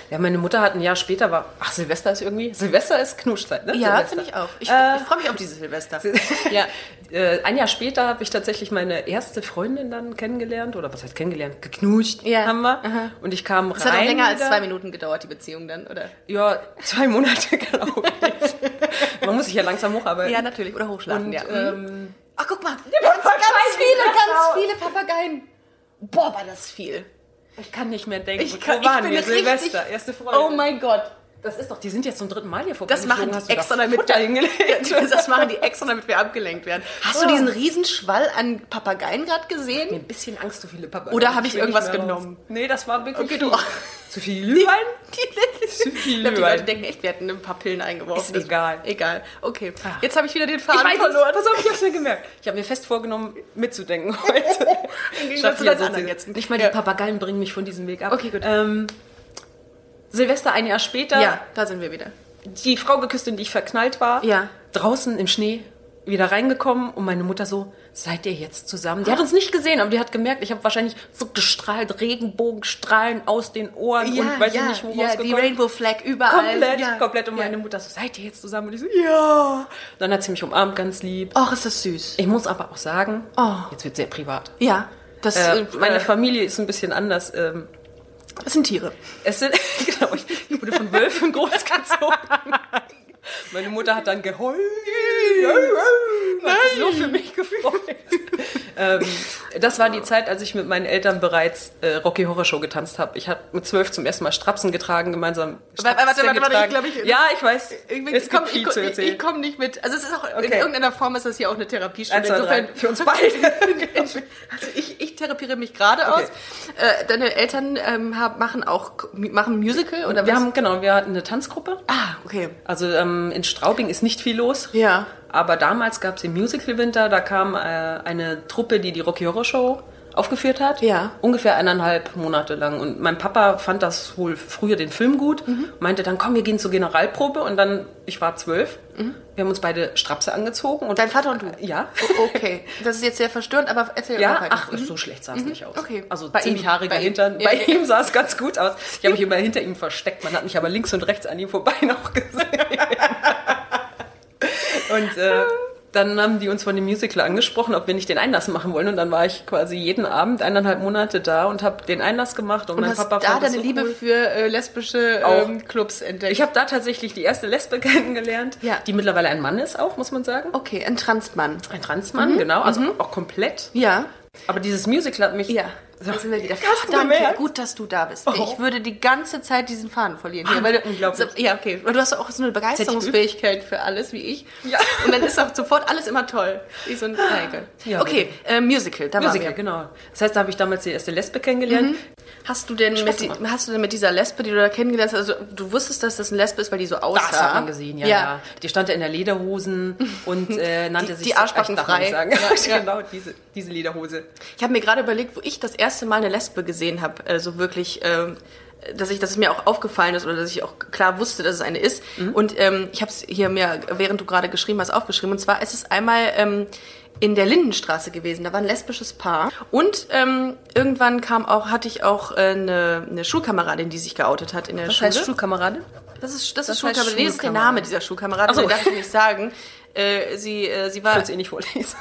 [SPEAKER 2] Ja, meine Mutter hat ein Jahr später war. Ach, Silvester ist irgendwie. Silvester ist Knuschzeit, ne?
[SPEAKER 1] ja,
[SPEAKER 2] Silvester.
[SPEAKER 1] finde ich auch. Ich,
[SPEAKER 2] Äh,
[SPEAKER 1] ich freue mich auf dieses [laughs] Silvester.
[SPEAKER 2] ja, äh, [laughs] ein Jahr später habe ich tatsächlich meine erste Freundin dann kennengelernt oder was heißt kennengelernt? Geknutscht
[SPEAKER 1] Ja,
[SPEAKER 2] haben wir.
[SPEAKER 1] aha.
[SPEAKER 2] Und ich kam
[SPEAKER 1] Es
[SPEAKER 2] rein.
[SPEAKER 1] hat auch länger als
[SPEAKER 2] wieder.
[SPEAKER 1] zwei Minuten gedauert, die Beziehung dann, oder?
[SPEAKER 2] Ja, zwei Monate, [laughs] glaube ich. Man muss sich ja langsam hocharbeiten.
[SPEAKER 1] Ja, natürlich. Oder hochschlafen,
[SPEAKER 2] Und,
[SPEAKER 1] ja.
[SPEAKER 2] ähm,
[SPEAKER 1] Ach, guck mal. Ganz, ganz viele, ganz viele Papageien. Boah, war das viel.
[SPEAKER 2] ich kann nicht mehr denken.
[SPEAKER 1] Ich kann-
[SPEAKER 2] Wo waren
[SPEAKER 1] ich bin
[SPEAKER 2] wir?
[SPEAKER 1] richtig-
[SPEAKER 2] Silvester, erste Freundin.
[SPEAKER 1] Oh mein Gott.
[SPEAKER 2] das ist doch, die sind jetzt zum dritten Mal hier vorbei.
[SPEAKER 1] Das machen
[SPEAKER 2] Hast
[SPEAKER 1] die
[SPEAKER 2] du da
[SPEAKER 1] extra, damit
[SPEAKER 2] Futter
[SPEAKER 1] wir,
[SPEAKER 2] hingelegt.
[SPEAKER 1] [laughs] das machen die extra, damit wir abgelenkt werden. Oh. Hast du diesen riesen Schwall an Papageien gerade
[SPEAKER 2] Mir
[SPEAKER 1] gesehen?
[SPEAKER 2] ein bisschen Angst, so viele Papageien.
[SPEAKER 1] Oder habe ich
[SPEAKER 2] will nicht
[SPEAKER 1] irgendwas
[SPEAKER 2] mehr
[SPEAKER 1] genommen?
[SPEAKER 2] Raus. Nee, das war wirklich
[SPEAKER 1] Okay,
[SPEAKER 2] viel.
[SPEAKER 1] du-
[SPEAKER 2] [laughs] Zu viel Glühwein?
[SPEAKER 1] [laughs] Die, die,
[SPEAKER 2] viel
[SPEAKER 1] ich glaub, die
[SPEAKER 2] Glühwein.
[SPEAKER 1] Leute denken echt, wir hätten ein paar Pillen eingeworfen.
[SPEAKER 2] Ist
[SPEAKER 1] Das-
[SPEAKER 2] egal.
[SPEAKER 1] Egal. Okay. Jetzt habe ich wieder den Faden
[SPEAKER 2] Ich weiß es.
[SPEAKER 1] verloren.
[SPEAKER 2] Pass auf, ich hab's mir gemerkt. Ich habe mir fest vorgenommen, mitzudenken [laughs] heute.
[SPEAKER 1] Gegensatz
[SPEAKER 2] Statt
[SPEAKER 1] zu
[SPEAKER 2] hier
[SPEAKER 1] den anderen
[SPEAKER 2] zu-
[SPEAKER 1] jetzt.
[SPEAKER 2] Nicht mal die
[SPEAKER 1] Ja.
[SPEAKER 2] Papageien bringen mich von diesem Weg ab.
[SPEAKER 1] Okay, gut.
[SPEAKER 2] Ähm, Silvester ein Jahr später,
[SPEAKER 1] Ja, da sind wir wieder.
[SPEAKER 2] die Frau geküsst, in die ich verknallt war,
[SPEAKER 1] Ja.
[SPEAKER 2] draußen im Schnee wieder reingekommen und meine Mutter so, seid ihr jetzt zusammen? Die hat uns nicht gesehen, aber die hat gemerkt, ich habe wahrscheinlich so gestrahlt, Regenbogenstrahlen aus den Ohren und weiß ich nicht, wo
[SPEAKER 1] ja, die
[SPEAKER 2] rausgekommen.
[SPEAKER 1] Rainbow Flag überall.
[SPEAKER 2] Komplett,
[SPEAKER 1] ja.
[SPEAKER 2] komplett. Und meine Mutter so, seid ihr jetzt zusammen? Und ich so, ja. Dann hat sie mich umarmt, ganz lieb.
[SPEAKER 1] Och, ist das süß.
[SPEAKER 2] Ich muss aber auch sagen,
[SPEAKER 1] Oh.
[SPEAKER 2] jetzt wird sehr privat.
[SPEAKER 1] Ja, das
[SPEAKER 2] Äh, meine
[SPEAKER 1] äh,
[SPEAKER 2] Familie ist ein bisschen anders. Ähm,
[SPEAKER 1] das sind Tiere.
[SPEAKER 2] es sind, [laughs] genau, ich, ich wurde von [laughs] Wölfen großgezogen. Meine Mutter hat dann geheult. Nein. Hat sich so für mich gefreut. ähm, das war die Zeit, als ich mit meinen Eltern bereits äh, Rocky Horror Show getanzt habe. Ich habe mit zwölf zum ersten Mal Strapsen getragen, gemeinsam.
[SPEAKER 1] Warte, warte,
[SPEAKER 2] Strapse
[SPEAKER 1] warte, warte, ich
[SPEAKER 2] getragen.
[SPEAKER 1] glaub, ich-
[SPEAKER 2] ja, ich weiß.
[SPEAKER 1] Irgendwie-
[SPEAKER 2] es
[SPEAKER 1] komm,
[SPEAKER 2] gibt
[SPEAKER 1] ich
[SPEAKER 2] viel
[SPEAKER 1] komm-
[SPEAKER 2] zu
[SPEAKER 1] ich-
[SPEAKER 2] erzählen.
[SPEAKER 1] Ich komme nicht mit. Also es ist auch in
[SPEAKER 2] Okay.
[SPEAKER 1] irgendeiner Form ist das hier auch eine Therapiestunde.
[SPEAKER 2] Eins, zwei, drei.
[SPEAKER 1] Insofern-
[SPEAKER 2] Für uns
[SPEAKER 1] [laughs]
[SPEAKER 2] beide.
[SPEAKER 1] also ich, ich therapiere mich gerade
[SPEAKER 2] Okay.
[SPEAKER 1] aus. Äh, deine Eltern ähm, hab, machen auch machen Musical oder
[SPEAKER 2] Wir
[SPEAKER 1] was?
[SPEAKER 2] haben genau, wir hatten eine Tanzgruppe.
[SPEAKER 1] ah okay
[SPEAKER 2] Also ähm, in Straubing ist nicht viel los.
[SPEAKER 1] ja
[SPEAKER 2] Aber damals gab es den Musical Winter, da kam äh, eine Truppe, die die Rocky Horror Show aufgeführt hat.
[SPEAKER 1] Ja.
[SPEAKER 2] Ungefähr eineinhalb Monate lang. Und mein Papa fand das wohl früher den Film gut,
[SPEAKER 1] Mhm.
[SPEAKER 2] meinte dann, komm, wir gehen zur Generalprobe. Und dann, ich war zwölf, wir haben uns beide Strapse angezogen. Und
[SPEAKER 1] Mhm. dein Vater und du. Oh.
[SPEAKER 2] Ja.
[SPEAKER 1] Okay, das ist jetzt sehr verstörend, aber erzähl
[SPEAKER 2] Ja,
[SPEAKER 1] mal weiter.
[SPEAKER 2] ach, so schlecht sah es nicht aus.
[SPEAKER 1] mhm. Okay.
[SPEAKER 2] Also
[SPEAKER 1] Bei ihm.
[SPEAKER 2] ziemlichhaariger
[SPEAKER 1] Bei ihm. [laughs]
[SPEAKER 2] Hintern.
[SPEAKER 1] Ja. Mhm.
[SPEAKER 2] Bei ihm sah es ganz gut aus. Ich habe mich immer hinter ihm versteckt. Man hat mich aber links und rechts an ihm vorbei [laughs] noch gesehen. und äh, dann haben die uns von dem Musical angesprochen, ob wir nicht den Einlass machen wollen. Und dann war ich quasi jeden Abend eineinhalb Monate da und habe den Einlass gemacht. Und,
[SPEAKER 1] und
[SPEAKER 2] mein
[SPEAKER 1] hast
[SPEAKER 2] Papa
[SPEAKER 1] da
[SPEAKER 2] fand das
[SPEAKER 1] deine
[SPEAKER 2] so
[SPEAKER 1] Liebe
[SPEAKER 2] cool.
[SPEAKER 1] für äh, lesbische
[SPEAKER 2] Auch.
[SPEAKER 1] ähm, Clubs entdeckt.
[SPEAKER 2] Ich habe da tatsächlich die erste Lesbe [laughs] kennengelernt,
[SPEAKER 1] Ja. Oh.
[SPEAKER 2] die mittlerweile ein Mann ist auch, muss man sagen.
[SPEAKER 1] okay, ein Transmann.
[SPEAKER 2] Ein
[SPEAKER 1] Mhm.
[SPEAKER 2] Transmann, genau. Also auch komplett.
[SPEAKER 1] Ja.
[SPEAKER 2] Aber dieses Musical hat mich...
[SPEAKER 1] Ja,
[SPEAKER 2] So.
[SPEAKER 1] da sind
[SPEAKER 2] [laughs]
[SPEAKER 1] wir wieder.
[SPEAKER 2] Hast du
[SPEAKER 1] Verdammt,
[SPEAKER 2] gemerkt?
[SPEAKER 1] gut, dass du da bist.
[SPEAKER 2] Oh.
[SPEAKER 1] Ich würde die ganze Zeit diesen Faden verlieren. Hier, weil du,
[SPEAKER 2] Unglaublich.
[SPEAKER 1] So, ja, okay. Weil du hast auch so eine Begeisterungsfähigkeit für alles, wie ich.
[SPEAKER 2] Ja.
[SPEAKER 1] Und dann ist auch sofort alles immer toll. Wie so ein Feige.
[SPEAKER 2] Ja,
[SPEAKER 1] okay, äh, Musical, Mhm. da waren
[SPEAKER 2] Musical,
[SPEAKER 1] wir.
[SPEAKER 2] genau. Das heißt, da habe ich damals die erste Lesbe kennengelernt.
[SPEAKER 1] Hast du, denn mit, die,
[SPEAKER 2] gemacht.
[SPEAKER 1] hast du denn mit dieser Lesbe, die du da kennengelernt hast, also du wusstest, dass das ein Lesbe ist, weil die so aussah?
[SPEAKER 2] Das hat man gesehen, ja, ja. Die stand da in der Lederhosen und äh,
[SPEAKER 1] [laughs]
[SPEAKER 2] nannte
[SPEAKER 1] Die-
[SPEAKER 2] sich
[SPEAKER 1] die
[SPEAKER 2] so-
[SPEAKER 1] Arschbacken
[SPEAKER 2] ich darf nicht
[SPEAKER 1] frei.
[SPEAKER 2] Sagen. [laughs]
[SPEAKER 1] Ja, ja.
[SPEAKER 2] genau, diese, diese Lederhose.
[SPEAKER 1] Ich habe mir gerade überlegt, wo ich das erste Mal eine Lesbe gesehen habe, äh, so wirklich, ähm, dass ich, dass es mir auch aufgefallen ist oder dass ich auch klar wusste, dass es eine ist.
[SPEAKER 2] Mhm.
[SPEAKER 1] Und ähm, ich habe es hier mir, während du gerade geschrieben hast, aufgeschrieben. Und zwar ist es einmal ähm, in der Lindenstraße gewesen. Da war ein lesbisches Paar. Und ähm, irgendwann kam auch, hatte ich auch äh, eine, eine Schulkameradin, die sich geoutet hat in der Schule.
[SPEAKER 2] Schulkamerade?
[SPEAKER 1] Das ist, das
[SPEAKER 2] Das
[SPEAKER 1] ist
[SPEAKER 2] heißt
[SPEAKER 1] Schulkamerad. Nee, das ist der
[SPEAKER 2] Schulkamerad.
[SPEAKER 1] Name dieser Schulkamerad.
[SPEAKER 2] Ach so.
[SPEAKER 1] Den darf ich nicht sagen. Äh, sie, äh, sie war [laughs]
[SPEAKER 2] Kannst du eh nicht vorlesen. [laughs]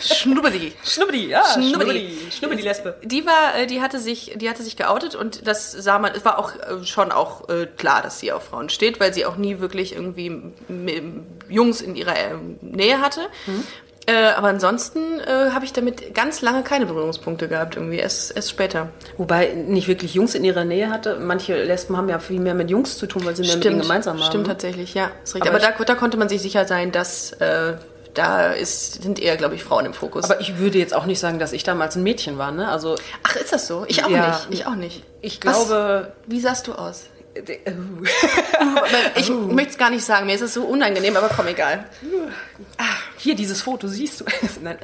[SPEAKER 1] schnubbelig.
[SPEAKER 2] Schnubbeli, ja.
[SPEAKER 1] Schnubbeli.
[SPEAKER 2] Schnubbeli. Schnubbeli Lesbe.
[SPEAKER 1] Die war, äh, die hatte sich, die hatte sich geoutet und das sah man, es war auch äh, schon auch äh, klar, dass sie auf Frauen steht, weil sie auch nie wirklich irgendwie m- m- Jungs in ihrer ähm, Nähe hatte. Äh, aber ansonsten äh, habe ich damit ganz lange keine Berührungspunkte gehabt, irgendwie erst, erst später.
[SPEAKER 2] Wobei nicht wirklich Jungs in ihrer Nähe hatte. Manche Lesben haben ja viel mehr mit Jungs zu tun, weil sie mehr mit ihnen gemeinsam ne? haben.
[SPEAKER 1] stimmt tatsächlich, ja. Ist richtig.
[SPEAKER 2] Aber
[SPEAKER 1] ne? Aber, da, da konnte man sich sicher sein, dass äh, da ist, sind eher, glaube ich, Frauen im Fokus.
[SPEAKER 2] Aber ich würde jetzt auch nicht sagen, dass ich damals ein Mädchen war, ne? Also
[SPEAKER 1] Ach, ist das so? Ich auch
[SPEAKER 2] Ja.
[SPEAKER 1] nicht. Ich auch nicht.
[SPEAKER 2] ich
[SPEAKER 1] Was-
[SPEAKER 2] glaube.
[SPEAKER 1] Wie sahst du aus?
[SPEAKER 2] äh,
[SPEAKER 1] [laughs]
[SPEAKER 2] Uh.
[SPEAKER 1] Ich möchte es gar nicht sagen, mir ist es so unangenehm, aber komm, egal.
[SPEAKER 2] Hier, dieses Foto, siehst du [laughs] es? Nein,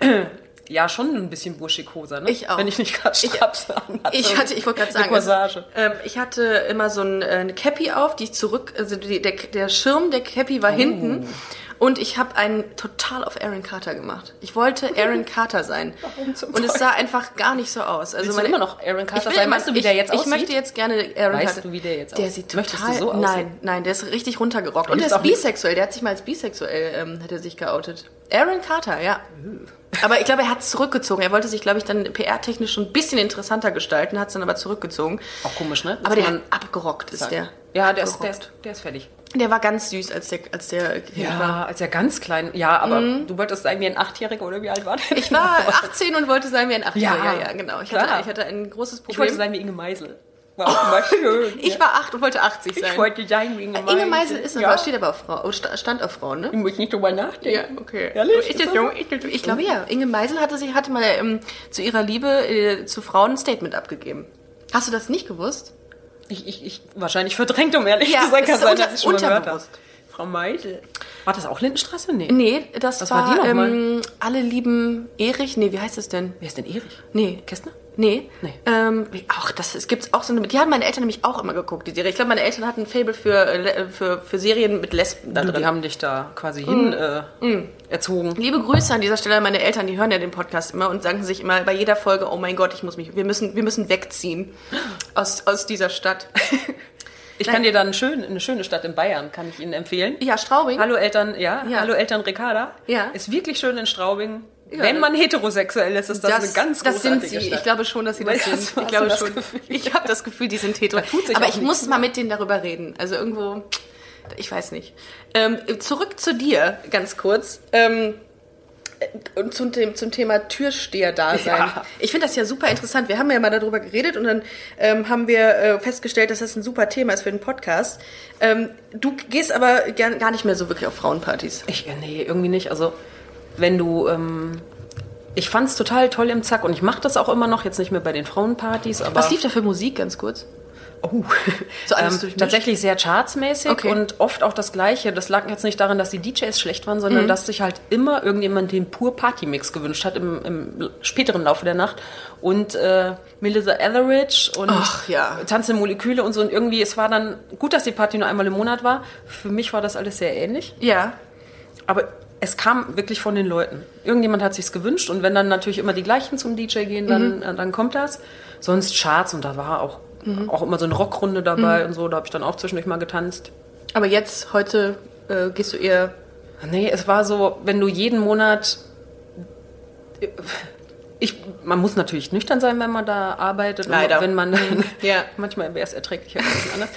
[SPEAKER 2] äh, [clears throat] ja, schon ein bisschen burschikoser, ne?
[SPEAKER 1] Ich auch.
[SPEAKER 2] Wenn ich nicht gerade Strapse anhatte.
[SPEAKER 1] Ich hatte, ich wollte gerade sagen,
[SPEAKER 2] Um, Eine Corsage.
[SPEAKER 1] es- ähm, ich hatte immer so ein, äh, eine Cappy auf, die ich zurück, also die, der, der Schirm der Cappy
[SPEAKER 2] Oh.
[SPEAKER 1] war hinten und ich habe einen total auf Aaron Carter gemacht. Ich wollte Aaron Carter sein
[SPEAKER 2] [laughs] Warum zum
[SPEAKER 1] und es
[SPEAKER 2] Teufel?
[SPEAKER 1] sah einfach gar nicht so aus. Also
[SPEAKER 2] Willst
[SPEAKER 1] meine-
[SPEAKER 2] du immer noch Aaron
[SPEAKER 1] ich
[SPEAKER 2] Carter
[SPEAKER 1] will
[SPEAKER 2] sein?
[SPEAKER 1] immer,
[SPEAKER 2] Weißt du, wie
[SPEAKER 1] ich,
[SPEAKER 2] der jetzt
[SPEAKER 1] ich
[SPEAKER 2] aussieht?
[SPEAKER 1] möchte jetzt gerne Aaron
[SPEAKER 2] Weißt
[SPEAKER 1] Carter.
[SPEAKER 2] du, wie der jetzt
[SPEAKER 1] Der
[SPEAKER 2] aussieht?
[SPEAKER 1] sieht
[SPEAKER 2] Möchtest du
[SPEAKER 1] total,
[SPEAKER 2] so aussehen?
[SPEAKER 1] Nein, nein, der ist richtig runtergerockt. Und
[SPEAKER 2] Du
[SPEAKER 1] der
[SPEAKER 2] bist
[SPEAKER 1] ist
[SPEAKER 2] auch nicht-
[SPEAKER 1] bisexuell. Der hat sich mal als bisexuell ähm, hat er sich geoutet. Aaron Carter, ja. Aber ich glaube, er hat es zurückgezogen. Er wollte sich, glaube ich, dann PR-technisch schon ein bisschen interessanter gestalten, hat es dann aber zurückgezogen.
[SPEAKER 2] Auch komisch, ne?
[SPEAKER 1] Aber der
[SPEAKER 2] Dass man
[SPEAKER 1] hat abgerockt, ist
[SPEAKER 2] sagt-
[SPEAKER 1] der.
[SPEAKER 2] Ja, der ist, der,
[SPEAKER 1] Abgerockt.
[SPEAKER 2] ist, der ist fertig.
[SPEAKER 1] Der war ganz süß, als der, als der Kind war.
[SPEAKER 2] Ja, als er ganz klein. Ja, aber du wolltest sagen, wie ein Achtjähriger oder wie alt war der?
[SPEAKER 1] Mhm. Ich [laughs]
[SPEAKER 2] [laughs]
[SPEAKER 1] war 18 und wollte sein wie ein 18 Ja,
[SPEAKER 2] Ja,
[SPEAKER 1] ja, genau. Ich hatte,
[SPEAKER 2] klar.
[SPEAKER 1] ich hatte ein großes
[SPEAKER 2] Ich wollte
[SPEAKER 1] Problem.
[SPEAKER 2] sein wie Inge Meisel. War auch immer schön.
[SPEAKER 1] Oh, Ich war 8 und wollte 80 sein.
[SPEAKER 2] ich wollte sein wie Inge Meisel.
[SPEAKER 1] Inge Meisel ist aber,
[SPEAKER 2] ja.
[SPEAKER 1] steht aber auf Frau, oh, sta- stand auf Frauen, ne?
[SPEAKER 2] Ich muss nicht drüber nachdenken.
[SPEAKER 1] okay.
[SPEAKER 2] Ehrlich?
[SPEAKER 1] Ist das so? Ich glaube ja. Inge Meisel hatte sich hatte mal ähm, zu ihrer Liebe äh, zu Frauen ein Statement abgegeben. Hast du das nicht gewusst?
[SPEAKER 2] Ich, ich, ich, wahrscheinlich verdrängt, um ehrlich
[SPEAKER 1] Ja,
[SPEAKER 2] zu sein.
[SPEAKER 1] es
[SPEAKER 2] Kann
[SPEAKER 1] ist
[SPEAKER 2] sein,
[SPEAKER 1] unter-
[SPEAKER 2] dass ich schon mal gehört habe.
[SPEAKER 1] unterbewusst.
[SPEAKER 2] Frau Meisel. War das auch Lindenstraße? Nee.
[SPEAKER 1] Nee, das
[SPEAKER 2] Was war
[SPEAKER 1] war,
[SPEAKER 2] die noch mal?
[SPEAKER 1] ähm, alle lieben Erich. Nee, wie heißt das denn?
[SPEAKER 2] Wer ist denn Erich?
[SPEAKER 1] Nee.
[SPEAKER 2] Kästner?
[SPEAKER 1] Nee.
[SPEAKER 2] Nee.
[SPEAKER 1] Ähm, wie- auch das, es gibt auch so eine, die haben meine Eltern nämlich auch immer geguckt, die Serie. Ich glaube, meine Eltern hatten ein Fable für, äh, le- äh, für, für Serien mit Lesben da
[SPEAKER 2] Du,
[SPEAKER 1] drin.
[SPEAKER 2] die haben dich da quasi hin äh, erzogen.
[SPEAKER 1] Liebe Grüße an dieser Stelle an meine Eltern, die hören ja den Podcast immer und sagen sich immer bei jeder Folge, oh mein Gott, ich muss mich, wir müssen, wir müssen wegziehen aus, aus dieser Stadt.
[SPEAKER 2] Ich
[SPEAKER 1] Nein.
[SPEAKER 2] kann dir dann schön, eine schöne Stadt in Bayern, kann ich Ihnen empfehlen.
[SPEAKER 1] Ja, Straubing.
[SPEAKER 2] Hallo Eltern, ja,
[SPEAKER 1] Ja.
[SPEAKER 2] hallo Eltern Ricarda.
[SPEAKER 1] Ja.
[SPEAKER 2] Ist wirklich schön in Straubing.
[SPEAKER 1] Ja.
[SPEAKER 2] Wenn man heterosexuell ist, ist das, eine ganz
[SPEAKER 1] das sind
[SPEAKER 2] großartige
[SPEAKER 1] sie.
[SPEAKER 2] Stadt.
[SPEAKER 1] Ich glaube schon, dass sie das
[SPEAKER 2] Weißt du,
[SPEAKER 1] sind.
[SPEAKER 2] hast
[SPEAKER 1] ich
[SPEAKER 2] du
[SPEAKER 1] glaube
[SPEAKER 2] das
[SPEAKER 1] schon.
[SPEAKER 2] Gefühl?
[SPEAKER 1] Ich habe das Gefühl, die sind hetero.
[SPEAKER 2] Da tut sich
[SPEAKER 1] Aber
[SPEAKER 2] auch
[SPEAKER 1] ich
[SPEAKER 2] nichts
[SPEAKER 1] muss mal mit denen darüber reden. Also irgendwo, ich weiß nicht. Ähm, zurück zu dir, ganz kurz. Ähm, äh, und zum, dem- zum Thema Türsteher-Dasein.
[SPEAKER 2] Ja.
[SPEAKER 1] Ich finde das ja super interessant. Wir haben ja mal darüber geredet und dann ähm, haben wir äh, festgestellt, dass das ein super Thema ist für den Podcast. Ähm, du gehst aber gern, gar nicht mehr so wirklich auf Frauenpartys.
[SPEAKER 2] Ich, äh, nee, irgendwie nicht. Also, wenn du. Ähm, ich fand's total toll im Zack und ich mache das auch immer noch, jetzt nicht mehr bei den Frauenpartys, aber.
[SPEAKER 1] Was lief da für Musik, ganz kurz?
[SPEAKER 2] Oh.
[SPEAKER 1] [laughs] So alles
[SPEAKER 2] ähm,
[SPEAKER 1] durchmischt?
[SPEAKER 2] tatsächlich sehr chartsmäßig
[SPEAKER 1] Okay.
[SPEAKER 2] und oft auch das Gleiche. Das lag jetzt nicht daran, dass die DJs schlecht waren,
[SPEAKER 1] Mhm.
[SPEAKER 2] sondern dass sich halt immer irgendjemand den pur Party-Mix gewünscht hat im, im späteren Laufe der Nacht. Und äh, Melissa Etheridge und
[SPEAKER 1] Ach, ja.
[SPEAKER 2] Tanze Moleküle und so. Und irgendwie, es war dann gut, dass die Party nur einmal im Monat war. Für mich war das alles sehr ähnlich.
[SPEAKER 1] Ja.
[SPEAKER 2] Aber es kam wirklich von den Leuten. Irgendjemand hat sich's gewünscht und wenn dann natürlich immer die gleichen zum DJ gehen, dann, äh, dann kommt das. Sonst Charts und da war auch, auch immer so eine Rockrunde dabei und so, da habe ich dann auch zwischendurch mal getanzt.
[SPEAKER 1] Aber jetzt, heute, äh, gehst du eher.
[SPEAKER 2] Nee, es war so, wenn du jeden Monat. äh, Ich, man muss natürlich nüchtern sein, wenn man da arbeitet. und
[SPEAKER 1] Leider.
[SPEAKER 2] Wenn man
[SPEAKER 1] Ja.
[SPEAKER 2] manchmal wäre es erträglicher als anders.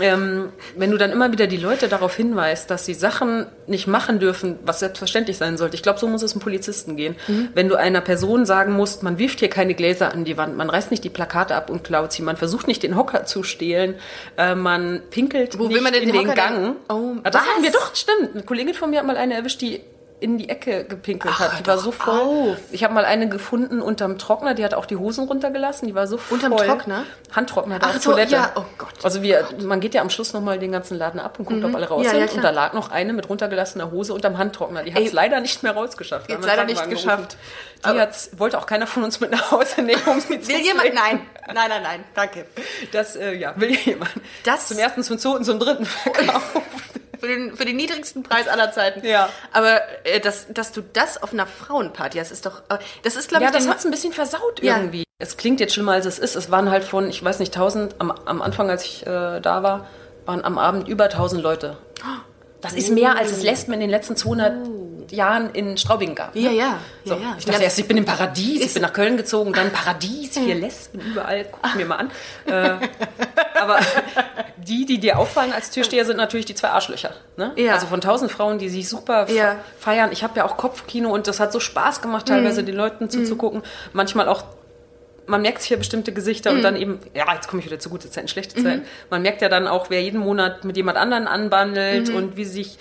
[SPEAKER 2] ähm, wenn du dann immer wieder die Leute darauf hinweist, dass sie Sachen nicht machen dürfen, was selbstverständlich sein sollte. Ich glaube, so muss es einem Polizisten gehen.
[SPEAKER 1] Mhm.
[SPEAKER 2] Wenn du einer Person sagen musst, man wirft hier keine Gläser an die Wand, man reißt nicht die Plakate ab und klaut sie, man versucht nicht den Hocker zu stehlen, äh, man pinkelt
[SPEAKER 1] Wo will
[SPEAKER 2] nicht
[SPEAKER 1] man denn
[SPEAKER 2] in
[SPEAKER 1] den
[SPEAKER 2] den,
[SPEAKER 1] Hocker
[SPEAKER 2] Gang.
[SPEAKER 1] denn- Oh,
[SPEAKER 2] Ah, das hatten wir
[SPEAKER 1] was?
[SPEAKER 2] doch, stimmt. Eine Kollegin von mir hat mal eine erwischt, die in die Ecke gepinkelt
[SPEAKER 1] Ach,
[SPEAKER 2] hat. Die
[SPEAKER 1] hör
[SPEAKER 2] war so
[SPEAKER 1] doch
[SPEAKER 2] voll.
[SPEAKER 1] auf.
[SPEAKER 2] Ich habe mal eine gefunden unterm Trockner, die hat auch die Hosen runtergelassen, die war so voll.
[SPEAKER 1] Unterm Trockner?
[SPEAKER 2] Handtrockner, hat
[SPEAKER 1] Ach
[SPEAKER 2] auf
[SPEAKER 1] so,
[SPEAKER 2] Toilette.
[SPEAKER 1] ja, oh Gott, Mhm.
[SPEAKER 2] Also wir, man geht ja am Schluss nochmal den ganzen Laden ab und guckt, ob alle raus
[SPEAKER 1] Ja, ja,
[SPEAKER 2] sind.
[SPEAKER 1] klar.
[SPEAKER 2] und da lag noch eine mit runtergelassener Hose unterm Handtrockner. Die hat
[SPEAKER 1] Ey.
[SPEAKER 2] es leider nicht mehr rausgeschafft. Wir
[SPEAKER 1] Jetzt
[SPEAKER 2] haben
[SPEAKER 1] leider
[SPEAKER 2] einen
[SPEAKER 1] nicht
[SPEAKER 2] Krankenwagen
[SPEAKER 1] geschafft.
[SPEAKER 2] gerufen. Die hat's, wollte auch keiner von uns mit nach Hause nehmen, um sie zu
[SPEAKER 1] Will jemand?
[SPEAKER 2] sehen.
[SPEAKER 1] Nein. Nein, nein, nein. Danke.
[SPEAKER 2] Das, äh, ja, will jemand.
[SPEAKER 1] Das-
[SPEAKER 2] zum ersten, zum zweiten,
[SPEAKER 1] [laughs]
[SPEAKER 2] zum dritten verkauft.
[SPEAKER 1] Für den, für den niedrigsten Preis aller Zeiten.
[SPEAKER 2] Ja.
[SPEAKER 1] Aber äh, dass, dass du das auf einer Frauenparty hast, ist doch. äh, Das ist, glaube
[SPEAKER 2] Ja,
[SPEAKER 1] ich,
[SPEAKER 2] das
[SPEAKER 1] den-
[SPEAKER 2] hat's ein bisschen versaut
[SPEAKER 1] Ja.
[SPEAKER 2] irgendwie. Es klingt jetzt schlimmer, als es ist. Es waren halt von, ich weiß nicht, 1000, am, am Anfang, als ich äh, da war, waren am Abend über 1000 Leute. Das ist mehr, als es Lesben in den letzten 200
[SPEAKER 1] Oh.
[SPEAKER 2] Jahren in Straubing gab.
[SPEAKER 1] Ja, ja.
[SPEAKER 2] So.
[SPEAKER 1] ja, ja.
[SPEAKER 2] Ich dachte erst, ich bin im Paradies, ich bin nach Köln gezogen, dann Paradies, hier
[SPEAKER 1] Hm.
[SPEAKER 2] Lesben überall,
[SPEAKER 1] Ah.
[SPEAKER 2] guck mir mal an. Äh, aber die, die dir auffallen als Türsteher, sind natürlich die zwei Arschlöcher. Ne?
[SPEAKER 1] Ja.
[SPEAKER 2] Also von tausend Frauen, die sich super fe-
[SPEAKER 1] Ja. Hm.
[SPEAKER 2] feiern. Ich habe ja auch Kopfkino und das hat so Spaß gemacht, teilweise den Leuten zuzugucken. Manchmal auch man merkt sich ja bestimmte Gesichter
[SPEAKER 1] Hm.
[SPEAKER 2] und dann eben, ja, jetzt komme ich wieder zu gute Zeiten, schlechte
[SPEAKER 1] Mhm.
[SPEAKER 2] Zeiten. Man merkt ja dann auch, wer jeden Monat mit jemand anderen
[SPEAKER 1] Mhm.
[SPEAKER 2] anbandelt und wie sich.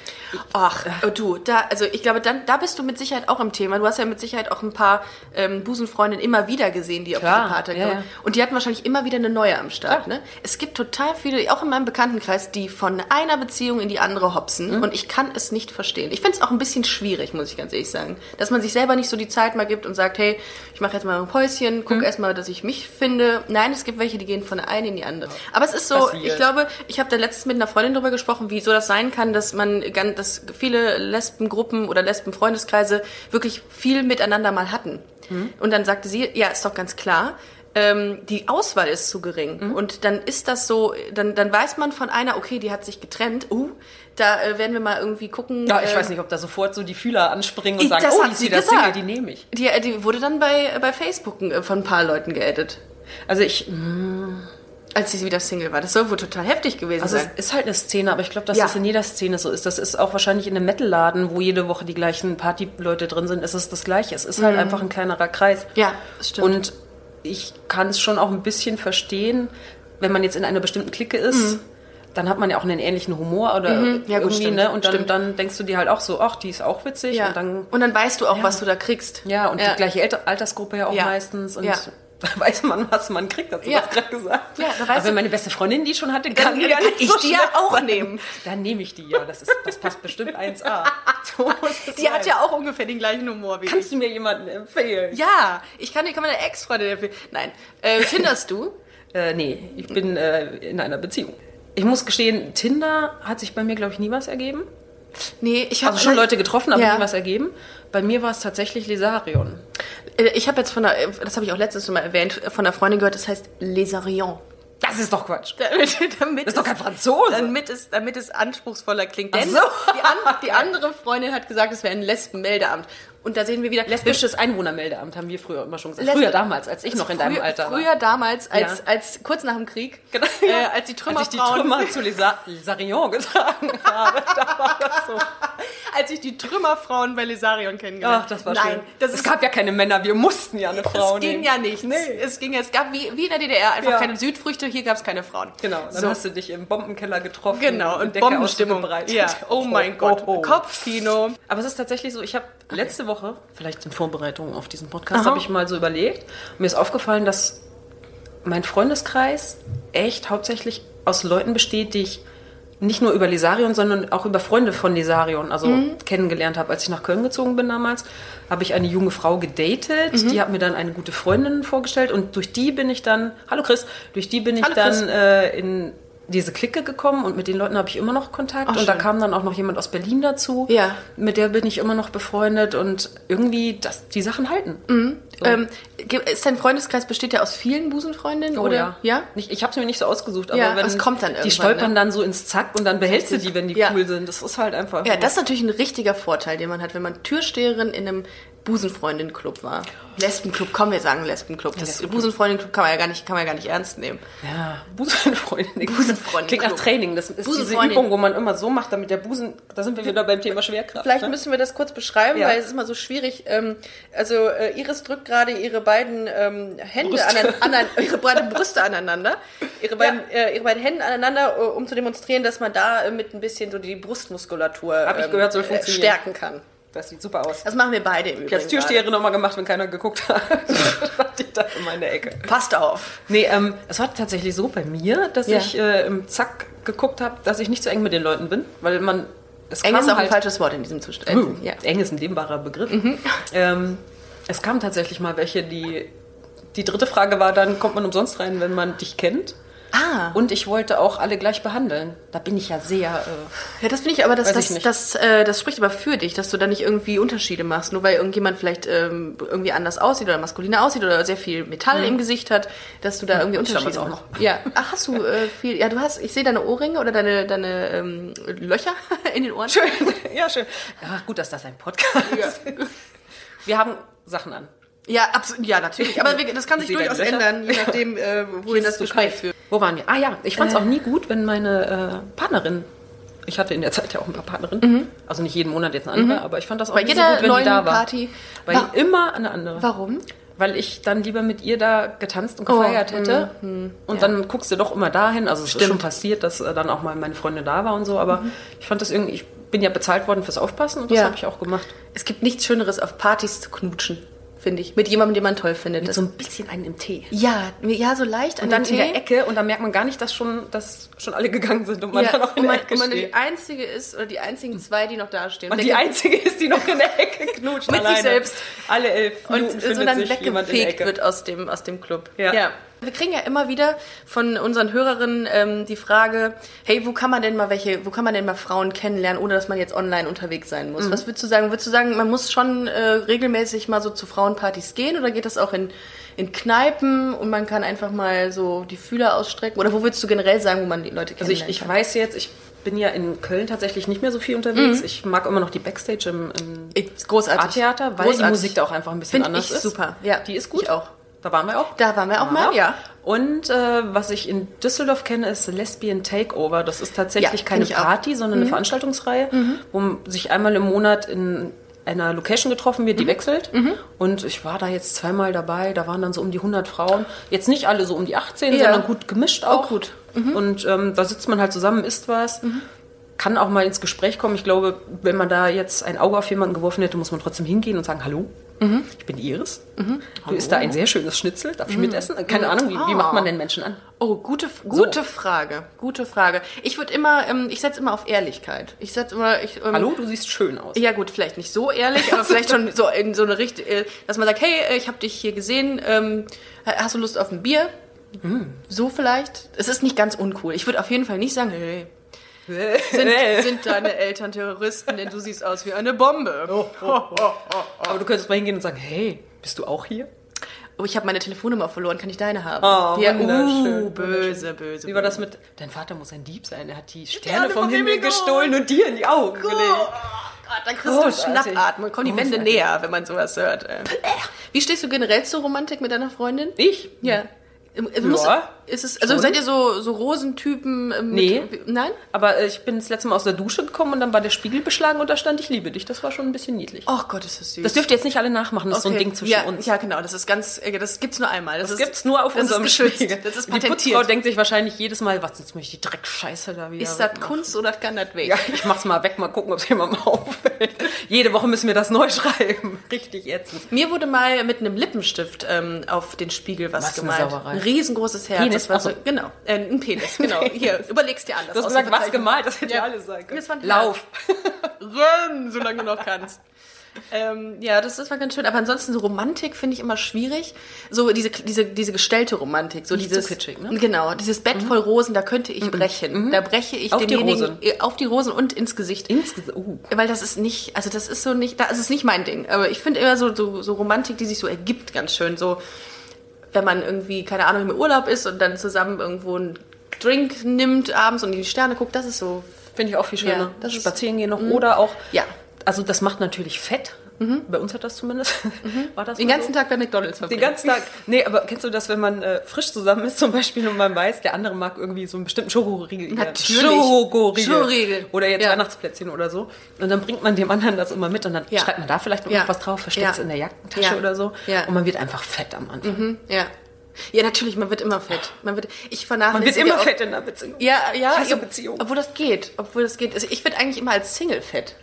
[SPEAKER 1] Ach, oh du, da, also ich glaube, dann, da bist du mit Sicherheit auch im Thema. Du hast ja mit Sicherheit auch ein paar ähm, Busenfreundinnen immer wieder gesehen, die auf
[SPEAKER 2] Klar,
[SPEAKER 1] die Party
[SPEAKER 2] ja,
[SPEAKER 1] kommen.
[SPEAKER 2] ja.
[SPEAKER 1] Und die hatten wahrscheinlich immer wieder eine neue am Start. Ne? Es gibt total viele, auch in meinem Bekanntenkreis, die von einer Beziehung in die andere
[SPEAKER 2] Mhm.
[SPEAKER 1] hopsen. Und ich kann es nicht verstehen. Ich finde es auch ein bisschen schwierig, muss ich ganz ehrlich sagen. Dass man sich selber nicht so die Zeit mal gibt und sagt, hey, ich mache jetzt mal ein Päuschen,
[SPEAKER 2] Mhm.
[SPEAKER 1] guck erst mal, dass ich mich finde. Nein, es gibt welche, die gehen von der einen in die andere. Aber es ist so,
[SPEAKER 2] Passiert.
[SPEAKER 1] ich glaube, ich glaube, ich habe da letztens mit einer Freundin drüber gesprochen, wieso das sein kann, dass man gan- dass viele Lesbengruppen oder Lesbenfreundeskreise wirklich viel miteinander mal hatten.
[SPEAKER 2] Mhm.
[SPEAKER 1] Und dann sagte sie, ja, ist doch ganz klar. Ähm, die Auswahl ist zu gering.
[SPEAKER 2] Mhm.
[SPEAKER 1] Und dann ist das so, dann, dann weiß man von einer, okay, die hat sich getrennt, uh, da äh, werden wir mal irgendwie gucken.
[SPEAKER 2] Ja, ich
[SPEAKER 1] ähm,
[SPEAKER 2] weiß nicht, ob da sofort so die Fühler anspringen
[SPEAKER 1] Ich-
[SPEAKER 2] und sagen,
[SPEAKER 1] das
[SPEAKER 2] oh,
[SPEAKER 1] hat
[SPEAKER 2] die ist
[SPEAKER 1] sie
[SPEAKER 2] wieder
[SPEAKER 1] gesagt.
[SPEAKER 2] Single, die nehme ich.
[SPEAKER 1] Die, äh, die wurde dann bei, äh, bei Facebook äh, von ein paar Leuten geaddet,
[SPEAKER 2] Also ich,
[SPEAKER 1] als sie wieder Single war. Das soll wohl total heftig gewesen
[SPEAKER 2] also es
[SPEAKER 1] sein.
[SPEAKER 2] ist halt eine Szene, aber ich glaube, dass
[SPEAKER 1] Ja.
[SPEAKER 2] das in jeder Szene so ist. Das ist auch wahrscheinlich in einem Metalladen, wo jede Woche die gleichen Partyleute drin sind, ist es das Gleiche. Es ist halt einfach ein kleinerer Kreis.
[SPEAKER 1] Ja, das stimmt.
[SPEAKER 2] Und ich kann es schon auch ein bisschen verstehen, wenn man jetzt in einer bestimmten Clique ist, dann hat man ja auch einen ähnlichen Humor oder
[SPEAKER 1] Ja, gut,
[SPEAKER 2] irgendwie,
[SPEAKER 1] stimmt,
[SPEAKER 2] ne? Und dann,
[SPEAKER 1] stimmt.
[SPEAKER 2] dann denkst du dir halt auch so, ach, die ist auch witzig.
[SPEAKER 1] ja.
[SPEAKER 2] Und dann,
[SPEAKER 1] weißt du auch, was du da kriegst.
[SPEAKER 2] ja, und die gleiche Alter- Altersgruppe ja auch
[SPEAKER 1] Ja.
[SPEAKER 2] meistens. Und
[SPEAKER 1] Ja.
[SPEAKER 2] [laughs] da weiß man, was man kriegt, hast du
[SPEAKER 1] Ja.
[SPEAKER 2] das gerade gesagt.
[SPEAKER 1] Ja, da weißt
[SPEAKER 2] Aber
[SPEAKER 1] du-
[SPEAKER 2] wenn meine beste Freundin die schon hatte,
[SPEAKER 1] Dann
[SPEAKER 2] kann, die ja
[SPEAKER 1] kann
[SPEAKER 2] nicht
[SPEAKER 1] ich
[SPEAKER 2] so
[SPEAKER 1] die ja
[SPEAKER 2] schlecht
[SPEAKER 1] auch
[SPEAKER 2] sein.
[SPEAKER 1] nehmen.
[SPEAKER 2] Dann nehme ich die ja, das, ist, das passt bestimmt 1A. So muss es
[SPEAKER 1] Die
[SPEAKER 2] sein.
[SPEAKER 1] hat ja auch ungefähr den gleichen Humor wie ich.
[SPEAKER 2] Kannst du mir jemanden empfehlen?
[SPEAKER 1] Ja, ich kann dir kann meine Ex-Freundin empfehlen. Nein, äh, Tinderst du?
[SPEAKER 2] Äh, nee, ich bin äh, in einer Beziehung. Ich muss gestehen, Tinder hat sich bei mir, glaube ich, nie was ergeben.
[SPEAKER 1] Nee, ich habe
[SPEAKER 2] Also schon Leute getroffen, aber
[SPEAKER 1] Ja.
[SPEAKER 2] nie was ergeben. Bei mir war es tatsächlich Lesarion. Äh,
[SPEAKER 1] Ich habe jetzt von der, das habe ich auch letztens schon mal erwähnt, von einer Freundin gehört, das heißt Lesarion.
[SPEAKER 2] Das ist doch Quatsch.
[SPEAKER 1] Damit, damit
[SPEAKER 2] Das ist doch kein Franzose.
[SPEAKER 1] Damit es, damit es anspruchsvoller klingt.
[SPEAKER 2] Ach
[SPEAKER 1] Denn
[SPEAKER 2] so.
[SPEAKER 1] die, an, die andere Freundin hat gesagt, es wäre ein Lesbenmeldeamt. Und da sehen wir wieder,
[SPEAKER 2] Lesbisches Einwohnermeldeamt haben wir früher immer schon gesagt.
[SPEAKER 1] Lesbe-
[SPEAKER 2] früher damals, als ich noch in
[SPEAKER 1] Also
[SPEAKER 2] deinem
[SPEAKER 1] früher,
[SPEAKER 2] Alter war.
[SPEAKER 1] Früher damals, als,
[SPEAKER 2] Ja.
[SPEAKER 1] als kurz nach dem Krieg,
[SPEAKER 2] Genau.
[SPEAKER 1] äh, als die Trümmerfrauen...
[SPEAKER 2] als ich die Trümmer zu Lesa Lesarion getragen [laughs] habe, da war das so.
[SPEAKER 1] als ich die Trümmerfrauen bei Lesarion kennengelernt
[SPEAKER 2] Ach, das war
[SPEAKER 1] Nein,
[SPEAKER 2] schön.
[SPEAKER 1] Das
[SPEAKER 2] es
[SPEAKER 1] ist,
[SPEAKER 2] gab ja keine Männer, wir mussten ja eine Frau
[SPEAKER 1] es ging
[SPEAKER 2] nehmen.
[SPEAKER 1] ja nichts. Es ging ja, es gab wie, wie in der DDR einfach
[SPEAKER 2] Ja.
[SPEAKER 1] keine Südfrüchte, hier gab es keine Frauen.
[SPEAKER 2] Genau, dann
[SPEAKER 1] So.
[SPEAKER 2] hast du dich im Bombenkeller getroffen.
[SPEAKER 1] Genau,
[SPEAKER 2] die
[SPEAKER 1] und
[SPEAKER 2] Decke
[SPEAKER 1] Bombenstimmung.
[SPEAKER 2] ausgebreitet. [laughs]
[SPEAKER 1] Ja. Oh mein Gott.
[SPEAKER 2] oh.
[SPEAKER 1] Kopfkino.
[SPEAKER 2] Aber es ist tatsächlich so, ich habe letzte Woche, vielleicht in Vorbereitung auf diesen Podcast,
[SPEAKER 1] Aha.
[SPEAKER 2] habe ich mal so überlegt. Und mir ist aufgefallen, dass mein Freundeskreis echt hauptsächlich aus Leuten besteht, die ich nicht nur über Lesarion, sondern auch über Freunde von Lesarion also
[SPEAKER 1] Mhm.
[SPEAKER 2] kennengelernt habe. Als ich nach Köln gezogen bin damals, habe ich eine junge Frau gedatet,
[SPEAKER 1] Mhm.
[SPEAKER 2] die hat mir dann eine gute Freundin vorgestellt und durch die bin ich dann, hallo Chris, durch die bin ich
[SPEAKER 1] Hallo Chris.
[SPEAKER 2] dann äh, in diese Clique gekommen und mit den Leuten habe ich immer noch Kontakt
[SPEAKER 1] Ach,
[SPEAKER 2] und da
[SPEAKER 1] schön.
[SPEAKER 2] kam dann auch noch jemand aus Berlin dazu,
[SPEAKER 1] Ja.
[SPEAKER 2] mit der bin ich immer noch befreundet und irgendwie, dass die Sachen halten. So.
[SPEAKER 1] Ähm, ge- ist dein Freundeskreis besteht ja aus vielen Busenfreundinnen,
[SPEAKER 2] Oh,
[SPEAKER 1] oder?
[SPEAKER 2] Ja. Nicht, ich habe es mir nicht so ausgesucht, aber
[SPEAKER 1] Ja,
[SPEAKER 2] wenn
[SPEAKER 1] es kommt dann
[SPEAKER 2] die
[SPEAKER 1] irgendwann,
[SPEAKER 2] stolpern
[SPEAKER 1] ne?
[SPEAKER 2] dann so ins Zack und dann behältst du die, wenn die
[SPEAKER 1] Ja.
[SPEAKER 2] cool sind. Das ist halt einfach.
[SPEAKER 1] Ja, das ist natürlich ein richtiger Vorteil, den man hat, wenn man Türsteherin in einem Busenfreundin-Club war. Lesbenclub, komm, wir sagen Lesbenclub. Das
[SPEAKER 2] Lesbenclub.
[SPEAKER 1] Busenfreundin-Club kann man ja gar nicht, kann man ja gar nicht ernst nehmen.
[SPEAKER 2] ja. Busenfreundin.
[SPEAKER 1] Busenfreundin.
[SPEAKER 2] Klingt nach Training. Das ist diese
[SPEAKER 1] Busenfreundin.
[SPEAKER 2] Übung, wo man immer so macht, damit der Busen. Da sind wir wieder beim Thema Schwerkraft.
[SPEAKER 1] Vielleicht
[SPEAKER 2] ne?
[SPEAKER 1] müssen wir das kurz beschreiben,
[SPEAKER 2] Ja.
[SPEAKER 1] weil es ist immer so schwierig. Ähm, also äh, Iris drückt gerade ihre beiden ähm, Hände
[SPEAKER 2] Brüste.
[SPEAKER 1] aneinander, [laughs] ihre beiden Brüste aneinander, ihre beiden, äh, ihre beiden Hände aneinander, äh, um zu demonstrieren, dass man da äh, mit ein bisschen so die Brustmuskulatur ähm, äh,
[SPEAKER 2] Hab ich gehört, soll funktionieren.
[SPEAKER 1] stärken kann.
[SPEAKER 2] Das sieht super aus.
[SPEAKER 1] Das machen wir beide im Übrigen.
[SPEAKER 2] Ich habe Türsteherin nochmal gemacht, wenn keiner geguckt hat. [laughs] Stand ich da immer in der Ecke.
[SPEAKER 1] gerade. Passt auf.
[SPEAKER 2] Nee, ähm, es war tatsächlich so bei mir, dass
[SPEAKER 1] Ja.
[SPEAKER 2] ich äh, im Zack geguckt habe, dass ich nicht so eng mit den Leuten bin, weil man. Es
[SPEAKER 1] Eng
[SPEAKER 2] kam
[SPEAKER 1] ist auch ein
[SPEAKER 2] halt,
[SPEAKER 1] falsches Wort Mhm. in diesem Zustand.
[SPEAKER 2] Hm, Eng ist ein dehnbarer Begriff. Ähm, es kamen tatsächlich mal welche, die. Die dritte Frage war dann, kommt man umsonst rein, wenn man dich kennt?
[SPEAKER 1] Ah.
[SPEAKER 2] Und ich wollte auch alle gleich behandeln. Da bin ich ja sehr. Äh,
[SPEAKER 1] Ja, das finde ich aber, das,
[SPEAKER 2] Weiß
[SPEAKER 1] das,
[SPEAKER 2] ich nicht.
[SPEAKER 1] das, äh, das spricht aber für dich, dass du da nicht irgendwie Unterschiede machst, nur weil irgendjemand vielleicht ähm, irgendwie anders aussieht oder maskuliner aussieht oder sehr viel Metall
[SPEAKER 2] Mhm.
[SPEAKER 1] im Gesicht hat, dass du da irgendwie
[SPEAKER 2] ich
[SPEAKER 1] Unterschiede
[SPEAKER 2] damals auch
[SPEAKER 1] machst. Ja, ach, hast du äh, viel, ja, du hast, ich sehe deine Ohrringe oder deine, deine ähm, Löcher [laughs] in den Ohren.
[SPEAKER 2] ja, schön. Ja, gut, dass das ein Podcast ist. Wir haben Sachen an.
[SPEAKER 1] Ja, absolut, ja, natürlich, aber wir, das kann sich
[SPEAKER 2] Ich sehe
[SPEAKER 1] durchaus
[SPEAKER 2] deine Löcher.
[SPEAKER 1] ändern, je nachdem, äh, wohin das Gespräch führt.
[SPEAKER 2] Wo waren wir? Ah ja, ich fand es auch
[SPEAKER 1] Äh.
[SPEAKER 2] nie gut, wenn meine äh, Partnerin, ich hatte in der Zeit ja auch ein paar Partnerinnen, also nicht jeden Monat jetzt eine andere, aber ich fand das auch
[SPEAKER 1] Mhm. Bei
[SPEAKER 2] nie
[SPEAKER 1] jeder
[SPEAKER 2] so gut, wenn
[SPEAKER 1] neuen
[SPEAKER 2] die da war.
[SPEAKER 1] Party-
[SPEAKER 2] Weil
[SPEAKER 1] Wa-
[SPEAKER 2] immer eine andere.
[SPEAKER 1] Warum?
[SPEAKER 2] Weil ich dann lieber mit ihr da getanzt und gefeiert
[SPEAKER 1] Oh,
[SPEAKER 2] hätte. und dann guckst du doch immer dahin. Also es ist
[SPEAKER 1] Stimmt. Mhm.
[SPEAKER 2] schon passiert, dass äh, dann auch mal meine Freundin da war und so. Aber ich fand das irgendwie, ich bin ja bezahlt worden fürs Aufpassen und das
[SPEAKER 1] Ja.
[SPEAKER 2] habe ich auch gemacht.
[SPEAKER 1] Es gibt nichts Schöneres, auf Partys zu knutschen, finde ich, mit jemandem, den man toll findet. Das-
[SPEAKER 2] So ein bisschen einen im Tee.
[SPEAKER 1] ja, ja, so leicht an
[SPEAKER 2] Und dann
[SPEAKER 1] den
[SPEAKER 2] in
[SPEAKER 1] Tee.
[SPEAKER 2] der Ecke und dann merkt man gar nicht, dass schon, dass schon alle gegangen sind und man
[SPEAKER 1] ja, Oh
[SPEAKER 2] dann auch
[SPEAKER 1] und
[SPEAKER 2] in der
[SPEAKER 1] man,
[SPEAKER 2] Ecke
[SPEAKER 1] und man
[SPEAKER 2] steht. Mhm.
[SPEAKER 1] die einzige ist oder die einzigen zwei, die noch dastehen.
[SPEAKER 2] Und
[SPEAKER 1] Wegge-
[SPEAKER 2] die einzige ist, die noch in der Ecke knutscht.
[SPEAKER 1] [laughs] Mit sich
[SPEAKER 2] alleine.
[SPEAKER 1] selbst.
[SPEAKER 2] Alle elf Minuten
[SPEAKER 1] und so
[SPEAKER 2] findet
[SPEAKER 1] dann
[SPEAKER 2] sich jemand in der
[SPEAKER 1] weggefegt
[SPEAKER 2] Ecke.
[SPEAKER 1] wird aus dem, aus dem Club.
[SPEAKER 2] Ja.
[SPEAKER 1] Wir kriegen ja immer wieder von unseren Hörerinnen ähm, die Frage, hey, wo kann man denn mal welche, wo kann man denn mal Frauen kennenlernen, ohne dass man jetzt online unterwegs sein
[SPEAKER 2] Mhm.
[SPEAKER 1] muss? Was würdest du sagen? Würdest du sagen, man muss schon äh, regelmäßig mal so zu Frauenpartys gehen oder geht das auch in, in Kneipen und man kann einfach mal so die Fühler ausstrecken? Oder wo würdest du generell sagen, wo man die Leute
[SPEAKER 2] Also
[SPEAKER 1] kennenlernen
[SPEAKER 2] ich, ich
[SPEAKER 1] kann?
[SPEAKER 2] weiß jetzt, ich bin ja in Köln tatsächlich nicht mehr so viel unterwegs. Ich mag immer noch die Backstage im, im
[SPEAKER 1] Ist Mhm. großartig.
[SPEAKER 2] A-Theater, weil die
[SPEAKER 1] Großartig.
[SPEAKER 2] Musik da auch einfach ein bisschen
[SPEAKER 1] Find
[SPEAKER 2] anders
[SPEAKER 1] ich
[SPEAKER 2] ist.
[SPEAKER 1] super, ja.
[SPEAKER 2] Die ist gut.
[SPEAKER 1] Ich auch.
[SPEAKER 2] Da waren wir auch.
[SPEAKER 1] Da waren wir auch mal, ja.
[SPEAKER 2] Und äh, was ich in Düsseldorf kenne, ist Lesbian Takeover. Das ist tatsächlich
[SPEAKER 1] Ja,
[SPEAKER 2] keine
[SPEAKER 1] kenn ich auch.
[SPEAKER 2] Party, sondern
[SPEAKER 1] Mhm.
[SPEAKER 2] eine Veranstaltungsreihe, wo man sich einmal im Monat in einer Location getroffen wird, die
[SPEAKER 1] Mhm.
[SPEAKER 2] wechselt. Und ich war da jetzt zweimal dabei. Da waren dann so um die 100 Frauen. Jetzt nicht alle so um die 18,
[SPEAKER 1] Ja.
[SPEAKER 2] sondern gut gemischt auch.
[SPEAKER 1] Oh, gut. Mhm.
[SPEAKER 2] Und ähm, da sitzt man halt zusammen, isst was. Kann auch mal ins Gespräch kommen. Ich glaube, wenn man da jetzt ein Auge auf jemanden geworfen hätte, muss man trotzdem hingehen und sagen, hallo,
[SPEAKER 1] Mhm.
[SPEAKER 2] ich bin die Iris. Du isst da ein sehr schönes Schnitzel. Darf ich mitessen? Keine Ahnung, wie,
[SPEAKER 1] Ah.
[SPEAKER 2] wie macht man denn Menschen an?
[SPEAKER 1] Oh, gute, gute Frage, gute Frage. Ich würde immer, ähm, ich setze immer auf Ehrlichkeit. Ich setze immer, ich, ähm,
[SPEAKER 2] Hallo, du siehst schön aus.
[SPEAKER 1] Ja gut, vielleicht nicht so ehrlich, [laughs] aber vielleicht schon so in so eine Richtung, äh, dass man sagt, hey, äh, ich habe dich hier gesehen, ähm, hast du Lust auf ein Bier? So vielleicht. Es ist nicht ganz uncool. Ich würde auf jeden Fall nicht sagen, hey, [laughs] sind, sind deine Eltern Terroristen, denn du siehst aus wie eine Bombe. Oh,
[SPEAKER 2] Aber du könntest mal hingehen und sagen, hey, bist du auch hier?
[SPEAKER 1] Oh, ich habe meine Telefonnummer verloren, kann ich deine haben?
[SPEAKER 2] Oh,
[SPEAKER 1] ja,
[SPEAKER 2] wunderschön,
[SPEAKER 1] uh, böse, böse.
[SPEAKER 2] Wie war das mit, dein Vater muss ein Dieb sein, er hat die Sterne
[SPEAKER 1] Sterne
[SPEAKER 2] vom
[SPEAKER 1] vom
[SPEAKER 2] Himmel
[SPEAKER 1] Himmel geholt.
[SPEAKER 2] gestohlen und dir in die Augen gelegt.
[SPEAKER 1] Oh Gott, dann kriegst du
[SPEAKER 2] Großartig.
[SPEAKER 1] Schnappatmung. Kommen die Wände
[SPEAKER 2] Großartig. äh.
[SPEAKER 1] näher, wenn man sowas hört. ey. Wie stehst du generell zur Romantik mit deiner Freundin?
[SPEAKER 2] Ich?
[SPEAKER 1] Ja. Im- im- Muss,
[SPEAKER 2] Ja.
[SPEAKER 1] Ist es, also
[SPEAKER 2] Schon.
[SPEAKER 1] seid ihr so, so Rosentypen? ähm, mit-
[SPEAKER 2] Nee.
[SPEAKER 1] Nein?
[SPEAKER 2] Aber äh, ich bin das letzte Mal aus der Dusche gekommen und dann war der Spiegel beschlagen und da stand ich liebe dich. Das war schon ein bisschen niedlich.
[SPEAKER 1] Oh Gott, ist das süß.
[SPEAKER 2] Das dürft ihr jetzt nicht alle nachmachen, das ist so ein
[SPEAKER 1] Okay.
[SPEAKER 2] Ding zwischen
[SPEAKER 1] ja,
[SPEAKER 2] uns.
[SPEAKER 1] Ja, genau. Das ist ganz, äh, das gibt's nur einmal. Das,
[SPEAKER 2] Das
[SPEAKER 1] ist-
[SPEAKER 2] gibt's nur auf
[SPEAKER 1] das
[SPEAKER 2] unserem
[SPEAKER 1] ist geschützt.
[SPEAKER 2] Spiegel.
[SPEAKER 1] Das ist
[SPEAKER 2] Die Putzfrau
[SPEAKER 1] patentiert.
[SPEAKER 2] denkt sich wahrscheinlich jedes Mal, was jetzt mich die Dreckscheiße da wieder.
[SPEAKER 1] Ist das
[SPEAKER 2] wegmachen.
[SPEAKER 1] Kunst oder kann das weg?
[SPEAKER 2] genau. Ja, ich mach's mal weg, mal gucken, ob es jemandem [laughs] auffällt. Jede Woche müssen wir das neu [laughs] schreiben. Richtig ätzend.
[SPEAKER 1] Mir wurde mal mit einem Lippenstift ähm, auf den Spiegel was,
[SPEAKER 2] Was eine
[SPEAKER 1] gemalt.
[SPEAKER 2] Sauerei.
[SPEAKER 1] Ein riesengroßes Herz.
[SPEAKER 2] Penis?
[SPEAKER 1] Das war so,
[SPEAKER 2] Ach so.
[SPEAKER 1] genau, äh, ein
[SPEAKER 2] [laughs]
[SPEAKER 1] Penis, genau. Hier, überlegst dir anders.
[SPEAKER 2] Du hast
[SPEAKER 1] aus
[SPEAKER 2] gesagt,
[SPEAKER 1] der
[SPEAKER 2] was
[SPEAKER 1] Bezeichnung.
[SPEAKER 2] gemalt, das hätte
[SPEAKER 1] Ja.
[SPEAKER 2] ja alles sein können.
[SPEAKER 1] Das war ein
[SPEAKER 2] Lauf.
[SPEAKER 1] Renn, solange du noch kannst. [laughs] Ähm, ja, das, das war ganz schön. Aber ansonsten, so Romantik finde ich immer schwierig. So diese, diese, diese gestellte Romantik. So
[SPEAKER 2] Nicht
[SPEAKER 1] dieses,
[SPEAKER 2] zu kitschig, ne?
[SPEAKER 1] Genau, dieses Bett voll Rosen, da könnte ich brechen. Da breche ich
[SPEAKER 2] Auf die
[SPEAKER 1] denjenigen
[SPEAKER 2] Rosen.
[SPEAKER 1] äh, auf Mhm. die Rosen und ins Gesicht.
[SPEAKER 2] Insgesamt. Uh.
[SPEAKER 1] Weil das ist nicht, also das ist so nicht, das ist nicht mein Ding. Aber ich finde immer so, so, so Romantik, die sich so ergibt, ganz schön. So, wenn man irgendwie, keine Ahnung, im Urlaub ist und dann zusammen irgendwo einen Drink nimmt abends und in die Sterne guckt, das ist so
[SPEAKER 2] Finde ich auch viel schöner.
[SPEAKER 1] Ja, das ist- mhm.
[SPEAKER 2] Spazieren gehen noch oder auch.
[SPEAKER 1] Ja. Mhm.
[SPEAKER 2] Also das macht natürlich fett. Bei uns hat das zumindest. [laughs] War das
[SPEAKER 1] Den
[SPEAKER 2] mal
[SPEAKER 1] ganzen Tag bei McDonalds verbringen.
[SPEAKER 2] Den ganzen Tag. Nee, aber kennst du das, wenn man äh, frisch zusammen ist zum Beispiel und man weiß, der andere mag irgendwie so einen bestimmten Schokoriegel.
[SPEAKER 1] Natürlich.
[SPEAKER 2] Schokoriegel.
[SPEAKER 1] Schokoriegel.
[SPEAKER 2] Oder jetzt
[SPEAKER 1] Ja.
[SPEAKER 2] Weihnachtsplätzchen oder so. Und dann bringt man dem anderen das immer mit und dann
[SPEAKER 1] Ja.
[SPEAKER 2] schreibt man da vielleicht noch
[SPEAKER 1] Ja.
[SPEAKER 2] was drauf, versteckt es
[SPEAKER 1] Ja.
[SPEAKER 2] in der Jackentasche
[SPEAKER 1] Ja.
[SPEAKER 2] oder so.
[SPEAKER 1] Ja. Mhm.
[SPEAKER 2] Und man wird einfach fett am Anfang.
[SPEAKER 1] Ja. Ja, natürlich, man wird immer fett. Man wird, ich vernachlässige
[SPEAKER 2] Man wird immer
[SPEAKER 1] auch-
[SPEAKER 2] fett in einer Beziehung.
[SPEAKER 1] Ja, ja.
[SPEAKER 2] Ich hasse
[SPEAKER 1] ja,
[SPEAKER 2] Beziehungen.
[SPEAKER 1] Obwohl das geht. Obwohl das geht. Also ich werde eigentlich immer als Single fett.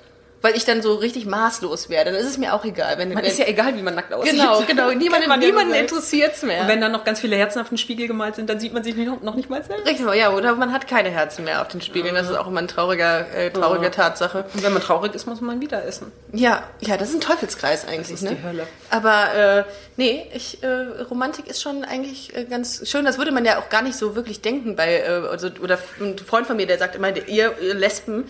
[SPEAKER 1] weil ich dann so richtig maßlos wäre. Dann ist es mir auch egal. Wenn,
[SPEAKER 2] Man
[SPEAKER 1] wenn,
[SPEAKER 2] ist ja egal, wie man nackt
[SPEAKER 1] [laughs]
[SPEAKER 2] aussieht.
[SPEAKER 1] genau, genau. Niemanden,
[SPEAKER 2] [laughs] Kennt man ja
[SPEAKER 1] niemanden
[SPEAKER 2] selbst.
[SPEAKER 1] interessiert's mehr.
[SPEAKER 2] Und wenn dann noch ganz viele Herzen auf den Spiegel gemalt sind, dann sieht man sich nicht, noch nicht mal selbst.
[SPEAKER 1] Richtig, ja, oder man hat keine Herzen mehr auf den Spiegeln. Das ist auch immer eine traurige, äh, traurige
[SPEAKER 2] Mhm.
[SPEAKER 1] Tatsache.
[SPEAKER 2] Und wenn man traurig ist, muss man wieder essen.
[SPEAKER 1] Ja, ja, das ist ein Teufelskreis eigentlich,
[SPEAKER 2] ist
[SPEAKER 1] ne?
[SPEAKER 2] die Hölle.
[SPEAKER 1] Aber äh, nee, ich, äh, Romantik ist schon eigentlich äh, ganz schön. Das würde man ja auch gar nicht so wirklich denken bei äh, also, oder ein Freund von mir, der sagt immer, der- ihr ihr Lesben,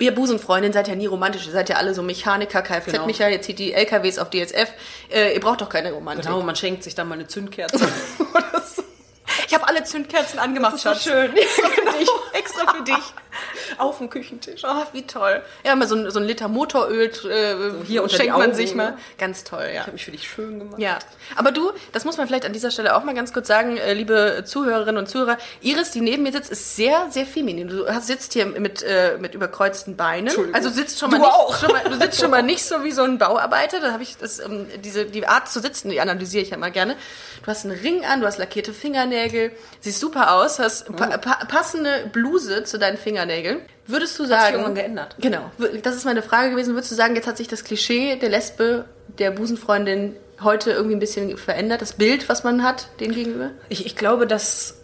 [SPEAKER 1] ihr Busenfreundin seid ja nie romantisch, ihr seid ja alle so Mechaniker,
[SPEAKER 2] Genau.
[SPEAKER 1] Kfz-Mechaniker, jetzt zieht die LKWs auf DSF. Äh, ihr braucht doch keine Romantik.
[SPEAKER 2] Genau, man schenkt sich dann mal eine [laughs] Zündkerze oder so.
[SPEAKER 1] Ich habe alle Zündkerzen angemacht,
[SPEAKER 2] Das ist so schön.
[SPEAKER 1] Extra für dich. [laughs] Extra für dich.
[SPEAKER 2] halt Auf dem Küchentisch.
[SPEAKER 1] Oh, wie toll. Ja, mal so ein, so ein Liter Motoröl äh,
[SPEAKER 2] hier unter die
[SPEAKER 1] schenkt man
[SPEAKER 2] Augen,
[SPEAKER 1] sich mal.
[SPEAKER 2] ne?
[SPEAKER 1] Ganz toll, ja.
[SPEAKER 2] Ich habe mich für dich schön gemacht.
[SPEAKER 1] Ja, aber du, das muss man vielleicht an dieser Stelle auch mal ganz kurz sagen, äh, liebe Zuhörerinnen und Zuhörer. Iris, die neben mir sitzt, ist sehr, sehr feminin. Du hast, sitzt hier mit, äh, mit überkreuzten Beinen.
[SPEAKER 2] Entschuldigung.
[SPEAKER 1] Also sitzt schon
[SPEAKER 2] Du
[SPEAKER 1] mal, nicht,
[SPEAKER 2] auch.
[SPEAKER 1] Schon mal du sitzt schon mal nicht so wie so ein Bauarbeiter. Da habe ich das, ähm, diese die Art zu sitzen, die analysiere ich ja mal gerne. Du hast einen Ring an, du hast lackierte Fingernägel, siehst super aus, hast
[SPEAKER 2] Mhm.
[SPEAKER 1] pa pa passende Bluse zu deinen Fingernägeln. Würdest du sagen?
[SPEAKER 2] irgendwann geändert.
[SPEAKER 1] Genau. W- Das ist meine Frage gewesen. Würdest du sagen, jetzt hat sich das Klischee der Lesbe, der Busenfreundin heute irgendwie ein bisschen verändert? Das Bild, was man hat, den gegenüber?
[SPEAKER 2] Ich, ich glaube, dass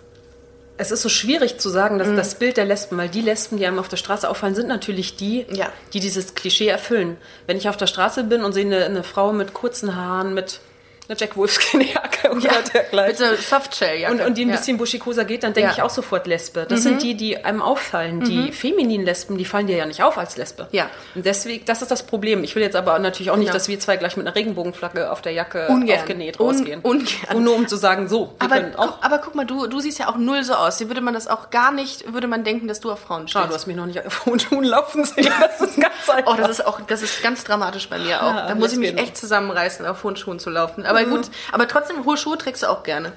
[SPEAKER 2] es ist so schwierig zu sagen, dass das Bild der Lesben, weil die Lesben, die einem auf der Straße auffallen, sind natürlich die,
[SPEAKER 1] Ja.
[SPEAKER 2] die dieses Klischee erfüllen. Wenn ich auf der Straße bin und sehe eine, eine Frau mit kurzen Haaren, mit einer Jack Wolfskin-Jacke oder dergleichen.
[SPEAKER 1] Mit so Softshell-Jacke.
[SPEAKER 2] Und, und die ein
[SPEAKER 1] Ja.
[SPEAKER 2] bisschen buschikoser geht, dann denke
[SPEAKER 1] Ja. Mhm.
[SPEAKER 2] ich auch sofort Lesbe. Das sind die, die einem auffallen. Die femininen Lesben, die fallen dir ja nicht auf als Lesbe.
[SPEAKER 1] Ja.
[SPEAKER 2] Und deswegen, das ist das Problem. Ich will jetzt aber natürlich auch nicht,
[SPEAKER 1] Genau.
[SPEAKER 2] dass wir zwei gleich mit einer Regenbogenflagge auf der Jacke
[SPEAKER 1] Ungern.
[SPEAKER 2] aufgenäht
[SPEAKER 1] Un-
[SPEAKER 2] rausgehen.
[SPEAKER 1] ungern.
[SPEAKER 2] Und nur um zu sagen, so, wir
[SPEAKER 1] Aber,
[SPEAKER 2] können auch.
[SPEAKER 1] guck- aber guck mal, du, du siehst ja auch null so aus. Hier würde man das auch gar nicht, würde man denken, dass du auf Frauen
[SPEAKER 2] Ah, du
[SPEAKER 1] stehst.
[SPEAKER 2] hast mich noch nicht auf hohen Schuhen
[SPEAKER 1] [laughs]
[SPEAKER 2] laufen sehen. Das ist ganz einfach.
[SPEAKER 1] Oh, das ist auch, das ist ganz dramatisch bei mir auch.
[SPEAKER 2] Ja,
[SPEAKER 1] da muss ich mich
[SPEAKER 2] Lesbian.
[SPEAKER 1] echt zusammenreißen, auf hohen Schuhen zu laufen. Aber
[SPEAKER 2] Mhm.
[SPEAKER 1] gut, aber trotzdem, hohe Schuhe trägst du auch gerne.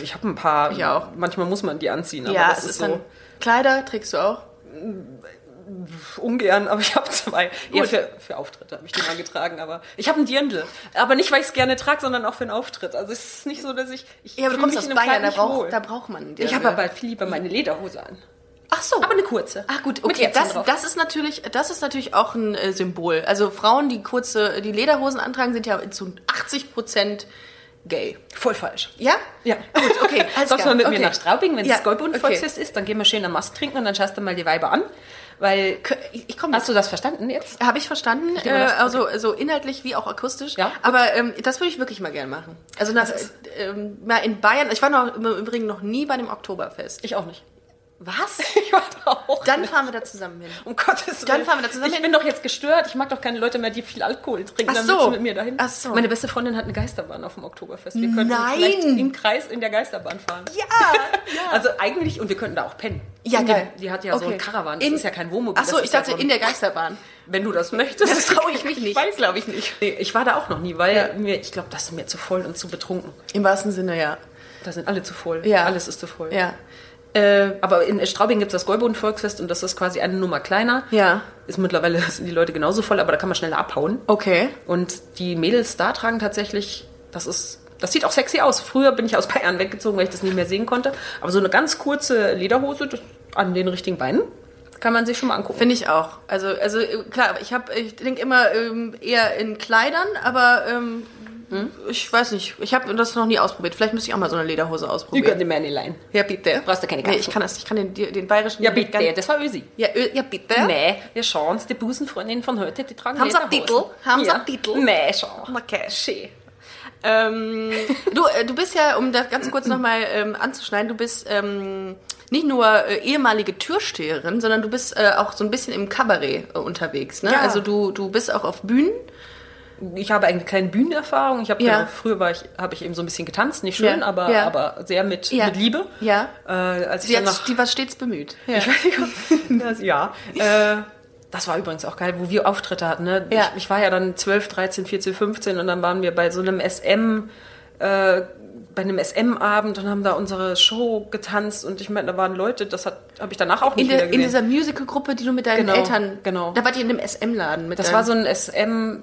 [SPEAKER 2] ich habe ein paar.
[SPEAKER 1] Ich auch.
[SPEAKER 2] Manchmal muss man die anziehen, aber
[SPEAKER 1] ja,
[SPEAKER 2] das
[SPEAKER 1] es
[SPEAKER 2] ist,
[SPEAKER 1] ist dann,
[SPEAKER 2] so
[SPEAKER 1] Kleider trägst du auch?
[SPEAKER 2] ungern. Aber ich habe zwei. Ja,
[SPEAKER 1] Gut.
[SPEAKER 2] für, für Auftritte habe ich die mal getragen. Aber ich habe einen Dirndl. Aber nicht, weil ich es gerne trage, sondern auch für einen Auftritt. Also es ist nicht so, dass ich. ich
[SPEAKER 1] Ja, aber du
[SPEAKER 2] fühl
[SPEAKER 1] kommst
[SPEAKER 2] mich
[SPEAKER 1] aus
[SPEAKER 2] in einem
[SPEAKER 1] Bayern,
[SPEAKER 2] Kleid
[SPEAKER 1] da,
[SPEAKER 2] nicht wohl.
[SPEAKER 1] brauch, da braucht man einen
[SPEAKER 2] Ich habe
[SPEAKER 1] Dirndl.
[SPEAKER 2] aber viel lieber meine Lederhose an.
[SPEAKER 1] Ach so.
[SPEAKER 2] Aber eine kurze.
[SPEAKER 1] Ah gut,
[SPEAKER 2] Mit
[SPEAKER 1] okay,
[SPEAKER 2] Ärzten
[SPEAKER 1] das,
[SPEAKER 2] drauf.
[SPEAKER 1] das ist natürlich, das ist natürlich auch ein äh, Symbol. Also Frauen, die kurze, die Lederhosen antragen, sind ja zu 80 Prozent gay.
[SPEAKER 2] Voll falsch.
[SPEAKER 1] Ja?
[SPEAKER 2] Ja.
[SPEAKER 1] Gut,
[SPEAKER 2] [laughs]
[SPEAKER 1] okay. alles
[SPEAKER 2] Kommst
[SPEAKER 1] klar.
[SPEAKER 2] mal mit
[SPEAKER 1] okay.
[SPEAKER 2] mir nach Straubing, wenn es
[SPEAKER 1] Ja,
[SPEAKER 2] das Goldbund-Volksfest ist, dann gehen wir schön am Mast trinken und dann schaust du mal die Weiber an. Weil.
[SPEAKER 1] K- Ich, ich komme
[SPEAKER 2] Hast du das verstanden jetzt?
[SPEAKER 1] Habe ich verstanden, äh,
[SPEAKER 2] nehme das-
[SPEAKER 1] also so inhaltlich wie auch akustisch.
[SPEAKER 2] Ja.
[SPEAKER 1] Aber ähm, das würde ich wirklich mal gerne machen. Also nach, ähm, mal in Bayern, ich war noch, im Übrigen noch nie bei einem Oktoberfest.
[SPEAKER 2] Ich auch nicht.
[SPEAKER 1] Was?
[SPEAKER 2] [laughs] Ich war da auch.
[SPEAKER 1] Dann fahren wir da zusammen hin.
[SPEAKER 2] Um Gottes Willen.
[SPEAKER 1] Dann fahren wir da zusammen
[SPEAKER 2] Ich
[SPEAKER 1] hin.
[SPEAKER 2] bin doch jetzt gestört. Ich mag doch keine Leute mehr, die viel Alkohol trinken.
[SPEAKER 1] Ach
[SPEAKER 2] dann
[SPEAKER 1] so.
[SPEAKER 2] willst du mit mir dahin.
[SPEAKER 1] Ach so.
[SPEAKER 2] Meine beste Freundin hat eine Geisterbahn auf dem Oktoberfest. Wir könnten
[SPEAKER 1] Nein.
[SPEAKER 2] vielleicht im Kreis in der Geisterbahn fahren. [laughs] Ja. Also eigentlich, und wir könnten da auch pennen.
[SPEAKER 1] Ja,
[SPEAKER 2] In
[SPEAKER 1] geil.
[SPEAKER 2] Dem, die hat ja so
[SPEAKER 1] Okay.
[SPEAKER 2] ein Caravan. Das
[SPEAKER 1] In-
[SPEAKER 2] ist ja kein Wohnmobil.
[SPEAKER 1] Ach so,
[SPEAKER 2] das
[SPEAKER 1] ich
[SPEAKER 2] ist ja
[SPEAKER 1] dachte
[SPEAKER 2] so ein-
[SPEAKER 1] in der Geisterbahn.
[SPEAKER 2] Wenn du das möchtest. [laughs]
[SPEAKER 1] Das traue ich mich nicht.
[SPEAKER 2] weiß, glaube ich nicht. Nee, ich war da auch noch nie, weil mir, ich glaube, das ist mir zu voll und zu betrunken.
[SPEAKER 1] Im wahrsten Sinne, ja.
[SPEAKER 2] Da sind alle zu voll.
[SPEAKER 1] Ja.
[SPEAKER 2] Alles ist zu voll.
[SPEAKER 1] Ja. Äh,
[SPEAKER 2] Aber in Straubing gibt es das Golboden-Volksfest und das ist quasi eine Nummer kleiner.
[SPEAKER 1] Ja.
[SPEAKER 2] Ist mittlerweile [laughs] sind die Leute genauso voll, aber da kann man schneller abhauen.
[SPEAKER 1] okay.
[SPEAKER 2] Und die Mädels da tragen tatsächlich, das ist, das sieht auch sexy aus. Früher bin ich aus Bayern weggezogen, weil ich das nicht mehr sehen konnte. Aber so eine ganz kurze Lederhose das, an den richtigen Beinen kann man sich schon mal angucken.
[SPEAKER 1] Finde ich auch. Also, also äh, klar, ich habe, ich denke immer ähm, eher in Kleidern, aber ähm,
[SPEAKER 2] Hm?
[SPEAKER 1] ich weiß nicht. Ich habe das noch nie ausprobiert. Vielleicht müsste ich auch mal so eine Lederhose ausprobieren.
[SPEAKER 2] die Männlein.
[SPEAKER 1] Ja, bitte.
[SPEAKER 2] Brauchst du keine
[SPEAKER 1] Nee,
[SPEAKER 2] Karten.
[SPEAKER 1] ich kann das, ich kann den, den bayerischen.
[SPEAKER 2] Ja,
[SPEAKER 1] Dialekt
[SPEAKER 2] bitte,
[SPEAKER 1] gar-
[SPEAKER 2] das war Ösi.
[SPEAKER 1] Ja, ö- ja, bitte.
[SPEAKER 2] Nee, wir schauen's, die Busenfreundinnen von heute, die tragen
[SPEAKER 1] Haben sie einen
[SPEAKER 2] Lederhosen.
[SPEAKER 1] Titel? Haben sie einen Titel?
[SPEAKER 2] Nee, schau.
[SPEAKER 1] Okay, schön.
[SPEAKER 2] [laughs]
[SPEAKER 1] Ähm, du, äh, du bist ja, um das ganz kurz nochmal ähm, anzuschneiden, du bist ähm, nicht nur äh, ehemalige Türsteherin, sondern du bist äh, auch so ein bisschen im Kabarett äh, unterwegs. Ne?
[SPEAKER 2] Ja.
[SPEAKER 1] Also du, du bist auch auf Bühnen.
[SPEAKER 2] Ich habe eigentlich keine Bühnenerfahrung. Ich habe
[SPEAKER 1] Ja.
[SPEAKER 2] genau, früher war ich, habe ich eben so ein bisschen getanzt, nicht schön,
[SPEAKER 1] Ja.
[SPEAKER 2] aber
[SPEAKER 1] Ja.
[SPEAKER 2] aber sehr mit,
[SPEAKER 1] Ja.
[SPEAKER 2] mit Liebe.
[SPEAKER 1] Ja.
[SPEAKER 2] Äh, als ich
[SPEAKER 1] Sie
[SPEAKER 2] dann
[SPEAKER 1] hat,
[SPEAKER 2] nach
[SPEAKER 1] die war stets bemüht. Ja.
[SPEAKER 2] Ich weiß nicht, ob- [laughs] das, ja. Äh, das war übrigens auch geil, wo wir Auftritte hatten. Ne?
[SPEAKER 1] Ja.
[SPEAKER 2] Ich, ich war ja dann 12, 13, 14, 15 und dann waren wir bei so einem SM, äh, bei einem SM-Abend und haben da unsere Show getanzt und ich meine, da waren Leute, das hat habe ich danach auch
[SPEAKER 1] In,
[SPEAKER 2] nicht
[SPEAKER 1] der,
[SPEAKER 2] wieder
[SPEAKER 1] in
[SPEAKER 2] gesehen.
[SPEAKER 1] dieser Musical-Gruppe, die du mit deinen
[SPEAKER 2] Genau,
[SPEAKER 1] Eltern.
[SPEAKER 2] genau.
[SPEAKER 1] Da wart ihr in einem SM-Laden mit
[SPEAKER 2] das
[SPEAKER 1] deinem-
[SPEAKER 2] war so ein SM,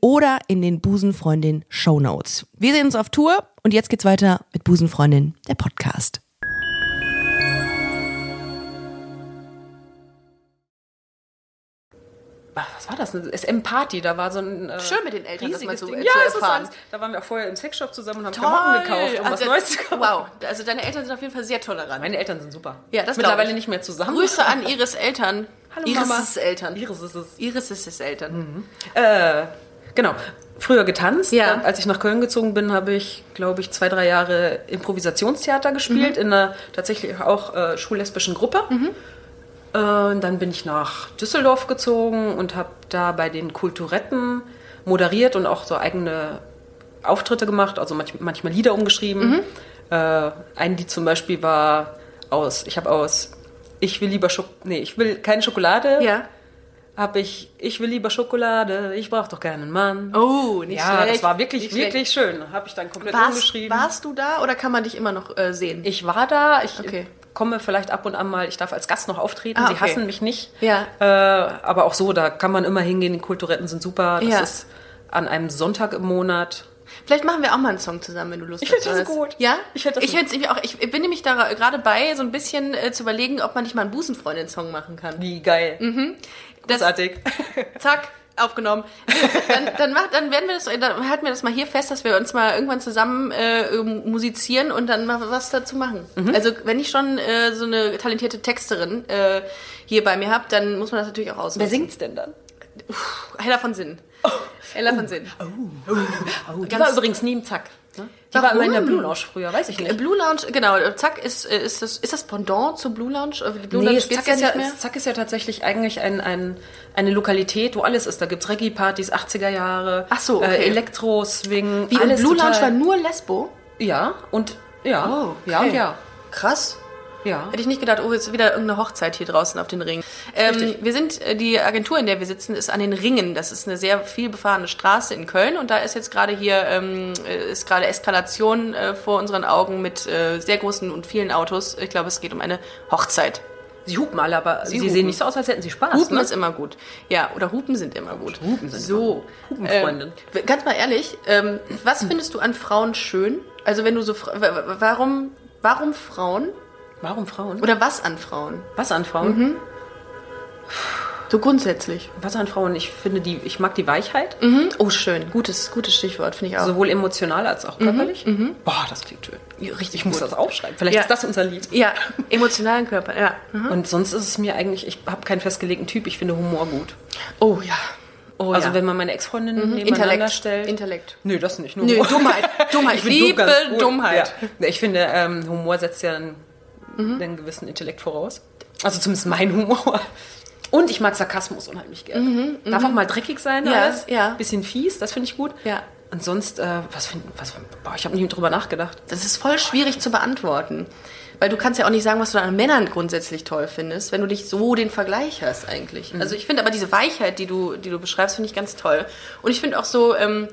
[SPEAKER 3] oder in den Busenfreundin Shownotes. Wir sehen uns auf Tour und jetzt geht's weiter mit Busenfreundin, der Podcast.
[SPEAKER 2] Ach, was war das? Eine SM-Party. Da war so ein äh,
[SPEAKER 1] Schön mit den Eltern, das mal
[SPEAKER 2] riesiges
[SPEAKER 1] zu-
[SPEAKER 2] Ding.
[SPEAKER 1] äh,
[SPEAKER 2] Ja,
[SPEAKER 1] zu
[SPEAKER 2] es ist
[SPEAKER 1] erfahren.
[SPEAKER 2] alles. Da waren wir auch vorher im Sexshop zusammen und haben Klamotten gekauft, um
[SPEAKER 1] Also,
[SPEAKER 2] was Neues zu kaufen.
[SPEAKER 1] Wow, also deine Eltern sind auf jeden Fall sehr tolerant.
[SPEAKER 2] Meine Eltern sind super.
[SPEAKER 1] Ja, das glaub
[SPEAKER 2] Mittlerweile
[SPEAKER 1] ich.
[SPEAKER 2] nicht mehr zusammen.
[SPEAKER 1] Grüße an Iris Eltern.
[SPEAKER 2] Hallo
[SPEAKER 1] Iris
[SPEAKER 2] Mama.
[SPEAKER 1] ist Eltern.
[SPEAKER 2] Iris ist es. Mhm.
[SPEAKER 1] Iris ist es Eltern.
[SPEAKER 2] Genau. Früher getanzt.
[SPEAKER 1] Ja.
[SPEAKER 2] Dann, als ich nach Köln gezogen bin, habe ich, glaube ich, zwei, drei Jahre Improvisationstheater gespielt
[SPEAKER 1] Mhm.
[SPEAKER 2] in einer tatsächlich auch äh, schullesbischen Gruppe. Äh, und dann bin ich nach Düsseldorf gezogen und habe da bei den Kulturetten moderiert und auch so eigene Auftritte gemacht, also manch, manchmal Lieder umgeschrieben.
[SPEAKER 1] Mhm.
[SPEAKER 2] Äh, ein Lied zum Beispiel war aus, ich habe aus Ich will lieber Schok nee, ich will keine Schokolade,
[SPEAKER 1] Ja.
[SPEAKER 2] hab ich, ich will lieber Schokolade, ich brauch doch keinen Mann.
[SPEAKER 1] Oh, nicht
[SPEAKER 2] ja,
[SPEAKER 1] schlecht.
[SPEAKER 2] das war wirklich,
[SPEAKER 1] nicht schlecht.
[SPEAKER 2] wirklich schön. Habe ich dann komplett
[SPEAKER 1] Warst,
[SPEAKER 2] umgeschrieben.
[SPEAKER 1] warst du da oder kann man dich immer noch äh, sehen?
[SPEAKER 2] Ich war da, ich
[SPEAKER 1] Okay.
[SPEAKER 2] komme vielleicht ab und an mal, ich darf als Gast noch auftreten,
[SPEAKER 1] Ah,
[SPEAKER 2] sie
[SPEAKER 1] okay.
[SPEAKER 2] hassen mich nicht.
[SPEAKER 1] Ja.
[SPEAKER 2] Äh, aber auch so, da kann man immer hingehen, die Kulturetten sind super. Das
[SPEAKER 1] Ja.
[SPEAKER 2] ist an einem Sonntag im Monat.
[SPEAKER 1] Vielleicht machen wir auch mal einen Song zusammen, wenn du Lust
[SPEAKER 2] Ich
[SPEAKER 1] hast.
[SPEAKER 2] find das
[SPEAKER 1] oder was?
[SPEAKER 2] gut.
[SPEAKER 1] Ja?
[SPEAKER 2] Ich find das
[SPEAKER 1] ich
[SPEAKER 2] gut.
[SPEAKER 1] find's irgendwie auch. Ich bin nämlich da gerade bei, so ein bisschen äh, zu überlegen, ob man nicht mal einen Busenfreundin-Song machen kann.
[SPEAKER 2] Wie geil.
[SPEAKER 1] Mhm. Das-
[SPEAKER 2] Großartig.
[SPEAKER 1] Zack, aufgenommen. [laughs] dann, dann, macht, dann werden wir das, dann halten wir das mal hier fest, dass wir uns mal irgendwann zusammen äh, musizieren und dann mal was dazu machen. Also wenn ich schon äh, so eine talentierte Texterin äh, hier bei mir habe, dann muss man das natürlich auch ausnutzen.
[SPEAKER 2] Wer singt's denn dann?
[SPEAKER 1] Hella von Sinn. Hella von Sinn.
[SPEAKER 2] Oh, die
[SPEAKER 1] Ganz-
[SPEAKER 2] war übrigens nie im Zack. Ne? Die war
[SPEAKER 1] Warum?
[SPEAKER 2] immer in der Blue Lounge früher, weiß ich
[SPEAKER 1] Äh,
[SPEAKER 2] nicht.
[SPEAKER 1] Blue Lounge, genau, äh, zack, ist, äh, ist, das, ist das Pendant zu Blue Lounge? Äh, Blue Lounge
[SPEAKER 2] das
[SPEAKER 1] gibt's
[SPEAKER 2] Zack, ist ja, das Zack ist ja tatsächlich eigentlich ein, ein, eine Lokalität, wo alles ist. Da gibt's Reggae-Partys, 80er Jahre,
[SPEAKER 1] Ach so, okay.
[SPEAKER 2] äh, Elektro-Swing,
[SPEAKER 1] Wie, und
[SPEAKER 2] alles
[SPEAKER 1] Blue Lounge war
[SPEAKER 2] total-
[SPEAKER 1] nur Lesbo?
[SPEAKER 2] Ja, und ja,
[SPEAKER 1] Oh, okay.
[SPEAKER 2] ja und ja.
[SPEAKER 1] Krass.
[SPEAKER 2] Ja.
[SPEAKER 1] Hätte ich nicht gedacht, oh, jetzt wieder irgendeine Hochzeit hier draußen auf den Ringen. Ähm, wir sind, äh, die Agentur, in der wir sitzen, ist an den Ringen. Das ist eine sehr viel befahrene Straße in Köln und da ist jetzt gerade hier, ähm, äh, ist gerade Eskalation äh, vor unseren Augen mit äh, sehr großen und vielen Autos. Ich glaube, es geht um eine Hochzeit.
[SPEAKER 2] Sie hupen alle, aber sie,
[SPEAKER 1] hupen.
[SPEAKER 2] sehen nicht so aus, als hätten sie Spaß.
[SPEAKER 1] Hupen
[SPEAKER 2] ne?
[SPEAKER 1] ist immer gut. Ja, oder Hupen sind immer gut.
[SPEAKER 2] Hupen sind
[SPEAKER 1] so.
[SPEAKER 2] immer gut. Hupenfreundin.
[SPEAKER 1] Ähm, ganz mal ehrlich, ähm, was findest du an Frauen schön? Also wenn du so, fra- wa- wa- warum, warum Frauen?
[SPEAKER 2] Warum Frauen?
[SPEAKER 1] Oder Mhm. was an Frauen?
[SPEAKER 2] was an Frauen?
[SPEAKER 1] So grundsätzlich.
[SPEAKER 2] Was an Frauen? Ich finde die, ich mag die Weichheit,
[SPEAKER 1] Oh, schön. Gutes, gutes Stichwort, finde ich auch.
[SPEAKER 2] sowohl emotional als
[SPEAKER 1] Mhm,
[SPEAKER 2] auch körperlich. Boah, das klingt schön. Richtig, ich muss das aufschreiben. Vielleicht
[SPEAKER 1] Ja.
[SPEAKER 2] ist das unser Lied.
[SPEAKER 1] Ja, emotionalen Körper, ja.
[SPEAKER 2] Und sonst ist es mir eigentlich, ich habe keinen festgelegten Typ. Ich finde Humor gut.
[SPEAKER 1] Oh ja. Oh,
[SPEAKER 2] also
[SPEAKER 1] ja.
[SPEAKER 2] wenn man meine Ex-Freundin nebeneinander
[SPEAKER 1] Intellekt.
[SPEAKER 2] stellt.
[SPEAKER 1] Intellekt.
[SPEAKER 2] Mhm. Nö, das nicht. Nur
[SPEAKER 1] Nö,
[SPEAKER 2] Humor.
[SPEAKER 1] Dummheit.
[SPEAKER 2] [laughs]
[SPEAKER 1] Dummheit. Ich
[SPEAKER 2] find
[SPEAKER 1] liebe
[SPEAKER 2] Dumm ganz gut.
[SPEAKER 1] Dummheit.
[SPEAKER 2] Ja. Ich finde, ähm, Humor setzt ja einen, einen gewissen Intellekt voraus. Also zumindest mein Humor. Und ich mag Sarkasmus unheimlich gerne. Darf auch mal dreckig sein,
[SPEAKER 1] Ja,
[SPEAKER 2] alles.
[SPEAKER 1] ja.
[SPEAKER 2] Bisschen fies, das finde ich gut.
[SPEAKER 1] Ja.
[SPEAKER 2] Und sonst, äh, was finde was, boah, ich habe nie drüber nachgedacht.
[SPEAKER 1] Das ist voll schwierig zu beantworten. Weil du kannst ja auch nicht sagen, was du an Männern grundsätzlich toll findest, wenn du nicht so den Vergleich hast eigentlich.
[SPEAKER 2] Mhm.
[SPEAKER 1] Also ich finde aber diese Weichheit, die du, die du beschreibst, finde ich ganz toll. Und ich finde auch so, ähm,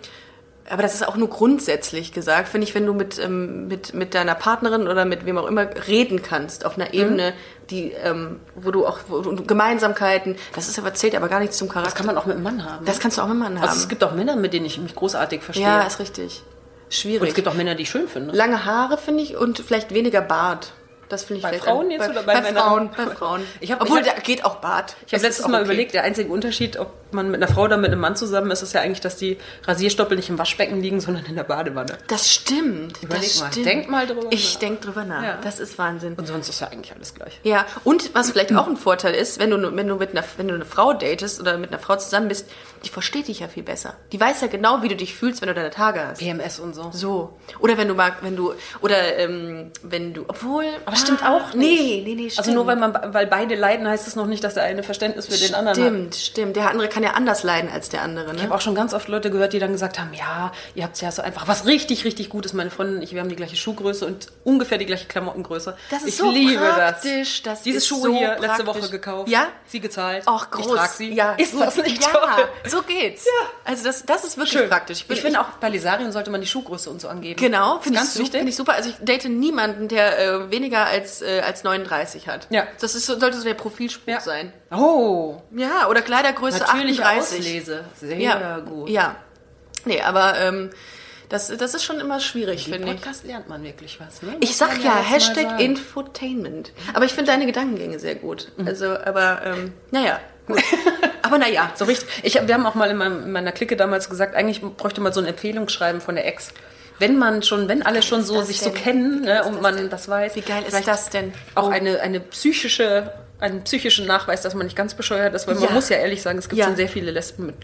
[SPEAKER 1] aber das ist auch nur grundsätzlich gesagt, finde ich, wenn du mit, ähm, mit, mit deiner Partnerin oder mit wem auch immer reden kannst, auf
[SPEAKER 2] Mhm.
[SPEAKER 1] einer Ebene, die, ähm, wo du auch wo du, Gemeinsamkeiten, das ist aber, zählt aber gar nichts zum Charakter.
[SPEAKER 2] Das kann man auch mit einem Mann haben.
[SPEAKER 1] Das kannst du auch mit Mann haben.
[SPEAKER 2] also es gibt auch Männer, mit denen ich mich großartig verstehe.
[SPEAKER 1] ja, ist richtig. Schwierig.
[SPEAKER 2] Und es gibt auch Männer, die ich schön finde.
[SPEAKER 1] Lange Haare, finde ich, und vielleicht weniger Bart. Das finde ich
[SPEAKER 2] Bei
[SPEAKER 1] vielleicht
[SPEAKER 2] Frauen
[SPEAKER 1] ein-
[SPEAKER 2] jetzt
[SPEAKER 1] bei,
[SPEAKER 2] oder bei
[SPEAKER 1] bei
[SPEAKER 2] Männern?
[SPEAKER 1] Frauen? Bei Frauen.
[SPEAKER 2] Ich hab-
[SPEAKER 1] Obwohl,
[SPEAKER 2] ich hab-
[SPEAKER 1] da geht auch Bart.
[SPEAKER 2] Ich habe letztes Mal überlegt, der einzige Unterschied, ob man mit einer Frau oder mit einem Mann zusammen ist, ist ja eigentlich, dass die Rasierstoppel nicht im Waschbecken liegen, sondern in der Badewanne.
[SPEAKER 1] Das stimmt.
[SPEAKER 2] Überleg
[SPEAKER 1] das
[SPEAKER 2] mal.
[SPEAKER 1] Stimmt.
[SPEAKER 2] Denk mal drüber
[SPEAKER 1] Ich
[SPEAKER 2] nach.
[SPEAKER 1] denk drüber nach.
[SPEAKER 2] Ja.
[SPEAKER 1] Das ist Wahnsinn.
[SPEAKER 2] Und sonst ist ja eigentlich alles gleich.
[SPEAKER 1] Ja, und was vielleicht auch ein Vorteil ist, wenn du, wenn du, mit einer, wenn du eine Frau datest oder mit einer Frau zusammen bist, die versteht dich ja viel besser. Die weiß ja genau, wie du dich fühlst, wenn du deine Tage hast.
[SPEAKER 2] PMS und so.
[SPEAKER 1] So. Oder wenn du mag, wenn du, oder ähm, wenn du, obwohl. ah,
[SPEAKER 2] Aber stimmt auch
[SPEAKER 1] Nee,
[SPEAKER 2] nicht.
[SPEAKER 1] nee, nee, stimmt.
[SPEAKER 2] Also nur weil, man, weil beide leiden, heißt es noch nicht, dass der eine Verständnis für den anderen hat.
[SPEAKER 1] Stimmt, stimmt. Der andere kann ja anders leiden als der andere,
[SPEAKER 2] Ich
[SPEAKER 1] ne?
[SPEAKER 2] habe auch schon ganz oft Leute gehört, die dann gesagt haben, ja, ihr habt es ja so einfach. Was richtig, richtig gut ist, meine Freundin und ich, wir haben die gleiche Schuhgröße und ungefähr die gleiche Klamottengröße.
[SPEAKER 1] Das ist
[SPEAKER 2] ich
[SPEAKER 1] so
[SPEAKER 2] liebe
[SPEAKER 1] praktisch, das
[SPEAKER 2] das. Diese
[SPEAKER 1] ist
[SPEAKER 2] Schuhe
[SPEAKER 1] so
[SPEAKER 2] hier letzte
[SPEAKER 1] praktisch.
[SPEAKER 2] Woche gekauft.
[SPEAKER 1] Ja?
[SPEAKER 2] Sie gezahlt.
[SPEAKER 1] Auch groß.
[SPEAKER 2] Ich trage sie.
[SPEAKER 1] Ja,
[SPEAKER 2] Ist
[SPEAKER 1] so,
[SPEAKER 2] das nicht
[SPEAKER 1] ja,
[SPEAKER 2] toll?
[SPEAKER 1] so geht's. Ja. Also das, das ist wirklich praktisch.
[SPEAKER 2] Ich, finde auch, bei Lesarien sollte man die Schuhgröße und so angeben.
[SPEAKER 1] Genau,
[SPEAKER 2] Ist
[SPEAKER 1] finde ich,
[SPEAKER 2] ganz
[SPEAKER 1] su-
[SPEAKER 2] wichtig.
[SPEAKER 1] find ich super. Also ich date niemanden, der äh, weniger als, äh, als 39 hat.
[SPEAKER 2] Ja.
[SPEAKER 1] Das ist, so- sollte so der Profilspruch
[SPEAKER 2] Ja.
[SPEAKER 1] sein.
[SPEAKER 2] Oh,
[SPEAKER 1] Ja, oder Kleidergröße
[SPEAKER 2] natürliche
[SPEAKER 1] 38.
[SPEAKER 2] Auslese. Sehr
[SPEAKER 1] Ja,
[SPEAKER 2] gut.
[SPEAKER 1] Ja. Nee, aber ähm, das, das ist schon immer schwierig, finde ich.
[SPEAKER 2] Podcast lernt man wirklich was. Ne?
[SPEAKER 1] Ich
[SPEAKER 2] Muss
[SPEAKER 1] sag
[SPEAKER 2] man
[SPEAKER 1] ja,
[SPEAKER 2] jetzt mal
[SPEAKER 1] Hashtag
[SPEAKER 2] sagen.
[SPEAKER 1] Infotainment. Aber ich finde deine Gedankengänge sehr gut.
[SPEAKER 2] Mhm.
[SPEAKER 1] Also, aber ähm, naja, [laughs]
[SPEAKER 2] [laughs]
[SPEAKER 1] gut. aber naja,
[SPEAKER 2] So richtig. Ich, hab- wir haben auch mal in, meinem, in meiner Clique damals gesagt, eigentlich bräuchte man so ein Empfehlungsschreiben von der Ex. Wenn man schon, wenn alle schon so
[SPEAKER 1] das
[SPEAKER 2] sich
[SPEAKER 1] denn?
[SPEAKER 2] so kennen
[SPEAKER 1] Wie geil
[SPEAKER 2] ne,
[SPEAKER 1] ist
[SPEAKER 2] und
[SPEAKER 1] das
[SPEAKER 2] man
[SPEAKER 1] denn?
[SPEAKER 2] das weiß.
[SPEAKER 1] wie geil ist
[SPEAKER 2] vielleicht
[SPEAKER 1] das denn? Oh.
[SPEAKER 2] Auch eine, eine psychische, einen psychischen Nachweis, dass man nicht ganz bescheuert ist, weil
[SPEAKER 1] Ja.
[SPEAKER 2] man muss ja ehrlich sagen, es gibt
[SPEAKER 1] Ja.
[SPEAKER 2] schon sehr viele Lesben mit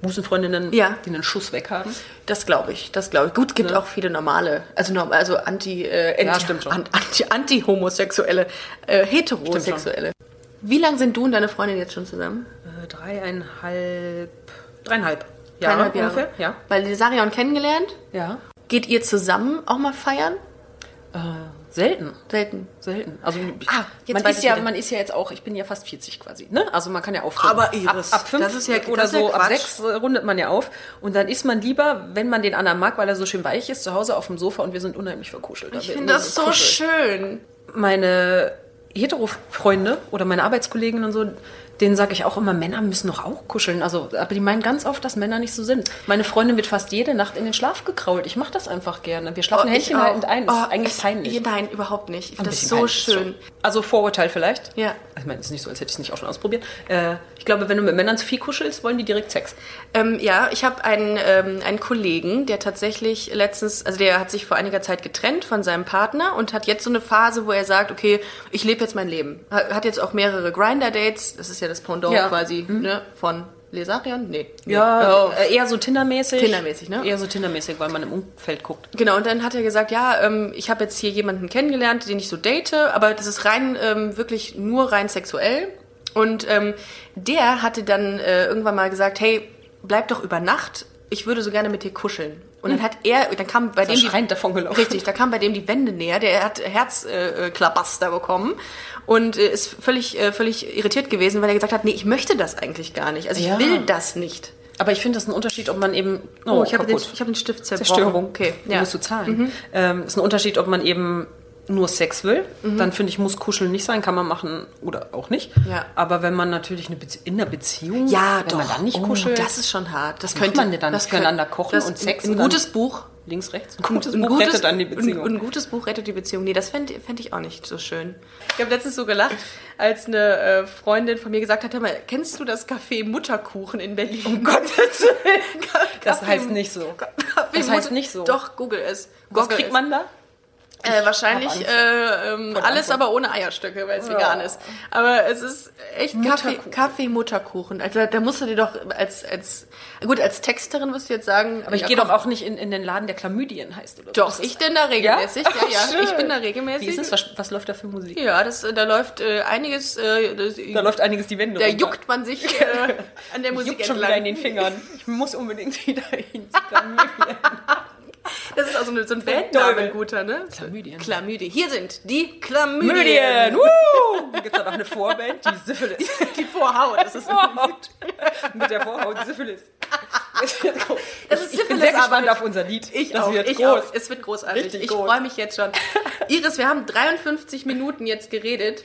[SPEAKER 2] Busenfreundinnen,
[SPEAKER 1] Ja.
[SPEAKER 2] die einen Schuss weg haben.
[SPEAKER 1] Das glaube ich, das glaube ich. Gut, gibt auch viele normale, also norm, also anti, äh,
[SPEAKER 2] Ja,
[SPEAKER 1] anti,
[SPEAKER 2] stimmt schon.
[SPEAKER 1] an- anti, anti-homosexuelle, äh, heterosexuelle. Wie lange sind du und deine Freundin jetzt schon zusammen?
[SPEAKER 2] Äh, dreieinhalb, dreieinhalb Jahre
[SPEAKER 1] Dreieinhalb
[SPEAKER 2] ungefähr. Ja.
[SPEAKER 1] Weil die Sarion kennengelernt.
[SPEAKER 2] ja.
[SPEAKER 1] Geht ihr zusammen auch mal feiern?
[SPEAKER 2] Selten.
[SPEAKER 1] Selten.
[SPEAKER 2] Selten. Also ich,
[SPEAKER 1] Ah, jetzt
[SPEAKER 2] man,
[SPEAKER 1] weiß
[SPEAKER 2] ist
[SPEAKER 1] ich
[SPEAKER 2] ja,
[SPEAKER 1] wieder.
[SPEAKER 2] man ist ja jetzt auch, ich bin ja fast 40 quasi, ne? Also man kann ja aufhören.
[SPEAKER 1] Aber Iris,
[SPEAKER 2] ab, ab fünf
[SPEAKER 1] das ist ja-
[SPEAKER 2] oder
[SPEAKER 1] das ist ja
[SPEAKER 2] so, ab
[SPEAKER 1] Quatsch.
[SPEAKER 2] sechs äh, rundet man ja auf. Und dann ist man lieber, wenn man den anderen mag, weil er so schön weich ist, zu Hause auf dem Sofa und wir sind unheimlich verkuschelt.
[SPEAKER 1] Ich finde das so schön.
[SPEAKER 2] Meine Hetero-Freunde oder meine Arbeitskollegen und so, denen sage ich auch immer, Männer müssen doch auch kuscheln. Also, aber die meinen ganz oft, dass Männer nicht so sind. Meine Freundin wird fast jede Nacht in den Schlaf gekrault. Ich mache das einfach gerne. Wir schlafen
[SPEAKER 1] Oh, ich
[SPEAKER 2] Händchen
[SPEAKER 1] auch.
[SPEAKER 2] haltend ein. Das
[SPEAKER 1] Oh,
[SPEAKER 2] ist eigentlich
[SPEAKER 1] ich-
[SPEAKER 2] peinlich.
[SPEAKER 1] Nein, überhaupt nicht. Ich finde
[SPEAKER 2] Ein
[SPEAKER 1] das
[SPEAKER 2] bisschen
[SPEAKER 1] so
[SPEAKER 2] peinlich ist
[SPEAKER 1] schön.
[SPEAKER 2] schon. Also Vorurteil vielleicht.
[SPEAKER 1] Ja.
[SPEAKER 2] Ich meine, es ist nicht so, als hätte ich es nicht auch schon ausprobiert. Äh, ich glaube, wenn du mit Männern zu viel kuschelst, wollen die direkt Sex.
[SPEAKER 1] Ähm, ja, ich habe einen, ähm, einen Kollegen, der tatsächlich letztens, also der hat sich vor einiger Zeit getrennt von seinem Partner und hat jetzt so eine Phase, wo er sagt, okay, ich lebe jetzt mein Leben. Ha- Hat jetzt auch mehrere Grinder-Dates, das ist ja das Pendant
[SPEAKER 2] Ja. Mhm.
[SPEAKER 1] quasi, ne, von Lesarion? Nee. nee.
[SPEAKER 2] Ja, äh, eher so Tindermäßig.
[SPEAKER 1] Oh. Tindermäßig, ne?
[SPEAKER 2] Eher so Tindermäßig, weil man im Umfeld guckt.
[SPEAKER 1] Genau, und dann hat er gesagt, ja, ähm, ich habe jetzt hier jemanden kennengelernt, den ich so date, aber das ist rein, ähm, wirklich nur rein sexuell. Und ähm, der hatte dann äh, irgendwann mal gesagt, hey, bleib doch über Nacht, ich würde so gerne mit dir kuscheln. Und
[SPEAKER 2] Hm.
[SPEAKER 1] dann hat er, dann kam bei
[SPEAKER 2] Ist er
[SPEAKER 1] dem die-
[SPEAKER 2] schreiend davongelaufen.
[SPEAKER 1] Richtig, da kam bei dem die Wände näher, der hat Herzklabaster äh, Klabaster bekommen und äh, ist völlig, äh, völlig irritiert gewesen, weil er gesagt hat, nee, ich möchte das eigentlich gar nicht. Also ich
[SPEAKER 2] Ja.
[SPEAKER 1] will das nicht.
[SPEAKER 2] Aber ich finde das ist ein Unterschied, ob man eben.
[SPEAKER 1] Oh, ich habe den,
[SPEAKER 2] kaputt.
[SPEAKER 1] ich hab den Stift zerbrochen.
[SPEAKER 2] Zerstörung.
[SPEAKER 1] Okay, Mhm.
[SPEAKER 2] Den musst du zahlen. Ähm, ist ein Unterschied, ob man eben nur Sex will.
[SPEAKER 1] Mhm.
[SPEAKER 2] Dann finde ich, muss Kuscheln nicht sein, kann man machen oder auch nicht.
[SPEAKER 1] Ja.
[SPEAKER 2] Aber wenn man natürlich eine Bezie- in einer Beziehung,
[SPEAKER 1] Ja,
[SPEAKER 2] wenn
[SPEAKER 1] doch.
[SPEAKER 2] man dann nicht
[SPEAKER 1] Oh,
[SPEAKER 2] kuschelt,
[SPEAKER 1] Das ist schon hart. Das
[SPEAKER 2] Was
[SPEAKER 1] könnte
[SPEAKER 2] macht man denn dann?
[SPEAKER 1] das
[SPEAKER 2] Füreinander
[SPEAKER 1] könnte-
[SPEAKER 2] kochen und Sex
[SPEAKER 1] Ein
[SPEAKER 2] und dann-
[SPEAKER 1] gutes Buch.
[SPEAKER 2] links, rechts, [laughs] ein
[SPEAKER 1] ein
[SPEAKER 2] Buch rettet dann die Beziehung.
[SPEAKER 1] Ein, ein gutes Buch rettet die Beziehung. Nee, das fände fänd ich auch nicht so schön. Ich habe letztens so gelacht, als eine äh, Freundin von mir gesagt hat, hör mal, kennst du das Café Mutterkuchen in Berlin? Um Gottes [laughs] Willen.
[SPEAKER 2] Das heißt nicht so. Das heißt nicht so.
[SPEAKER 1] Doch, google es.
[SPEAKER 2] Was
[SPEAKER 1] Google
[SPEAKER 2] kriegt
[SPEAKER 1] es.
[SPEAKER 2] man da?
[SPEAKER 1] Äh, wahrscheinlich
[SPEAKER 2] Ich hab
[SPEAKER 1] äh, ähm, alles, aber ohne Eierstöcke, weil es vegan ist. Aber es ist echt Kaffee, Kaffee Mutterkuchen. Also da musst du dir doch als als gut als Texterin wirst du jetzt sagen.
[SPEAKER 2] Aber ich gehe doch auch nicht in, in den Laden, der Chlamydien heißt oder so.
[SPEAKER 1] Doch,
[SPEAKER 2] Das
[SPEAKER 1] ich
[SPEAKER 2] ist-
[SPEAKER 1] bin da regelmäßig. Ja, ja,
[SPEAKER 2] Ach, schön.
[SPEAKER 1] ich bin da regelmäßig.
[SPEAKER 2] Wie ist es? Was, was läuft da für Musik?
[SPEAKER 1] Ja, das äh, da läuft äh, einiges. Äh, das,
[SPEAKER 2] Da läuft einiges die Wände.
[SPEAKER 1] da
[SPEAKER 2] runter.
[SPEAKER 1] juckt man sich
[SPEAKER 2] [laughs]
[SPEAKER 1] äh, an der Musik
[SPEAKER 2] juckt schon wieder in
[SPEAKER 1] entlang.
[SPEAKER 2] den Fingern. Ich muss unbedingt wieder hin.
[SPEAKER 1] Das ist also eine, so ein Bandname,
[SPEAKER 2] Teufel.
[SPEAKER 1] ein guter, ne?
[SPEAKER 2] Chlamydien.
[SPEAKER 1] Chlamydien. Hier sind die Chlamydien.
[SPEAKER 2] Chlamydien! Woo! Gibt es da noch eine Vorband? Die Syphilis.
[SPEAKER 1] Die Vorhaut. Das [laughs] ist
[SPEAKER 2] Vorhaut. Mit der Vorhaut Syphilis.
[SPEAKER 1] Das ist
[SPEAKER 2] ich bin
[SPEAKER 1] Syphilis,
[SPEAKER 2] sehr
[SPEAKER 1] aber
[SPEAKER 2] gespannt
[SPEAKER 1] mit-
[SPEAKER 2] auf unser Lied.
[SPEAKER 1] Ich
[SPEAKER 2] das
[SPEAKER 1] auch,
[SPEAKER 2] wird
[SPEAKER 1] ich
[SPEAKER 2] groß.
[SPEAKER 1] auch. Es wird großartig.
[SPEAKER 2] Richtig
[SPEAKER 1] ich
[SPEAKER 2] groß.
[SPEAKER 1] freue mich jetzt schon. Iris, wir haben 53 Minuten jetzt geredet.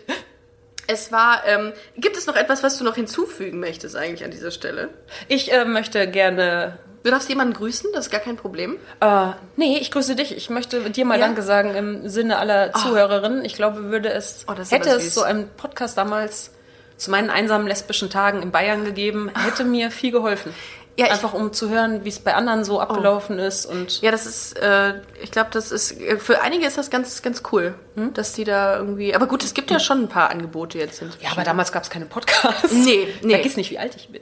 [SPEAKER 1] Es war, ähm, gibt es noch etwas, was du noch hinzufügen möchtest eigentlich an dieser Stelle?
[SPEAKER 2] Ich äh, möchte gerne.
[SPEAKER 1] Du darfst jemanden grüßen, das ist gar kein Problem.
[SPEAKER 2] Äh, nee, ich grüße dich. Ich möchte dir mal
[SPEAKER 1] Ja?
[SPEAKER 2] Danke sagen im Sinne aller Zuhörerinnen. Ich glaube, würde es
[SPEAKER 1] Oh, das ist aber
[SPEAKER 2] hätte
[SPEAKER 1] süß.
[SPEAKER 2] es so einen Podcast damals zu meinen einsamen lesbischen Tagen in Bayern gegeben, hätte mir viel geholfen.
[SPEAKER 1] Ja, ich-
[SPEAKER 2] Einfach um zu hören, wie es bei anderen so abgelaufen ist und
[SPEAKER 1] Ja, das ist, äh, ich glaube, das ist, äh, für einige ist das ganz, ganz cool, hm, dass die da irgendwie, aber gut, es gibt ja schon ein paar Angebote jetzt.
[SPEAKER 2] Ja, aber damals gab es keine Podcasts.
[SPEAKER 1] Nee, nee.
[SPEAKER 2] Vergiss nicht, wie alt ich bin.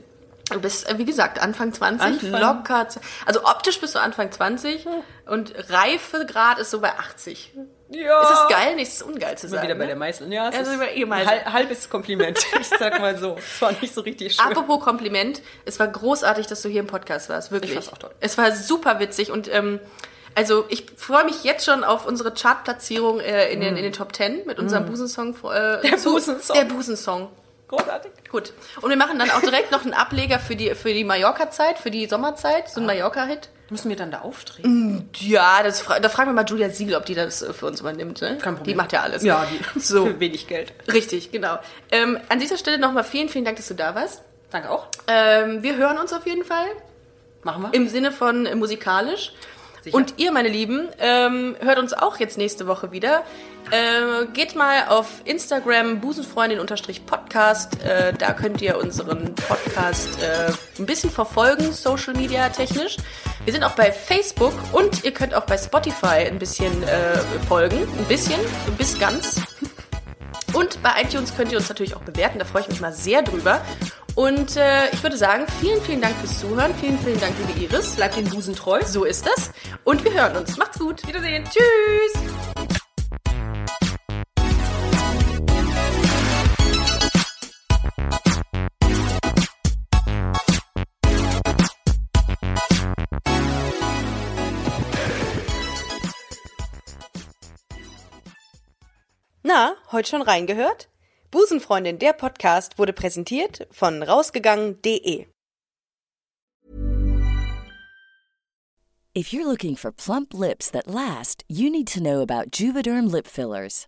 [SPEAKER 1] Du bist, äh, wie gesagt, Anfang 20,
[SPEAKER 2] Anfang.
[SPEAKER 1] locker. z- Also optisch bist du Anfang 20 und Reifegrad ist so bei 80.
[SPEAKER 2] Ja.
[SPEAKER 1] Ist das geil? Nichts ist ungeil zu
[SPEAKER 2] Mal
[SPEAKER 1] sagen.
[SPEAKER 2] wieder bei
[SPEAKER 1] ne?
[SPEAKER 2] der Meißel. Ja, es
[SPEAKER 1] Also
[SPEAKER 2] ist
[SPEAKER 1] über ihr
[SPEAKER 2] ein
[SPEAKER 1] Meißel.
[SPEAKER 2] hal- halbes Kompliment. [laughs] Ich sag mal so. Es war nicht so richtig schön.
[SPEAKER 1] Apropos Kompliment, es war großartig, dass du hier im Podcast warst, wirklich.
[SPEAKER 2] Ich fand's auch toll.
[SPEAKER 1] Es war super witzig und ähm, also ich freue mich jetzt schon auf unsere Chartplatzierung äh, in, den, in den Top 10 mit unserem Busensong. Äh,
[SPEAKER 2] Mm. Der
[SPEAKER 1] zu-
[SPEAKER 2] Busensong.
[SPEAKER 1] Der Busensong.
[SPEAKER 2] Ah. Großartig.
[SPEAKER 1] Gut. Und wir machen dann auch direkt noch einen Ableger für die, für die Mallorca-Zeit, für die Sommerzeit, so ein Mallorca-Hit.
[SPEAKER 2] Müssen wir dann da auftreten?
[SPEAKER 1] Ja, das, fra- da fragen wir mal Julia Siegel, ob die das äh, für uns übernimmt. Ne?
[SPEAKER 2] Kein Problem.
[SPEAKER 1] Die macht ja alles.
[SPEAKER 2] [laughs] Ja,
[SPEAKER 1] [laughs]
[SPEAKER 2] die,
[SPEAKER 1] So.
[SPEAKER 2] für wenig Geld.
[SPEAKER 1] Richtig, genau. Ähm, an dieser Stelle nochmal vielen, vielen Dank, dass du da warst.
[SPEAKER 2] Danke auch.
[SPEAKER 1] Ähm, wir hören uns auf jeden Fall
[SPEAKER 2] Machen wir.
[SPEAKER 1] im Sinne von äh, musikalisch.
[SPEAKER 2] Sicher.
[SPEAKER 1] Und ihr, meine Lieben, ähm, hört uns auch jetzt nächste Woche wieder. Äh, geht mal auf Instagram busenfreundin-podcast. Äh, da könnt ihr unseren Podcast äh, ein bisschen verfolgen, Social Media technisch. Wir sind auch bei Facebook und ihr könnt auch bei Spotify ein bisschen äh, folgen. Ein bisschen, bis ganz. Und bei iTunes könnt ihr uns natürlich auch bewerten, da freue ich mich mal sehr drüber. Und äh, ich würde sagen, vielen, vielen Dank fürs Zuhören, vielen, vielen Dank, liebe Iris. Bleibt den Busen treu, so ist das. Und wir hören uns. Macht's gut. Wiedersehen. Tschüss.
[SPEAKER 4] Na, heute schon reingehört? Busenfreundin, der Podcast wurde präsentiert von rausgegangen.de.
[SPEAKER 5] If you're looking for plump lips that last, you need to know about Juvederm lip fillers.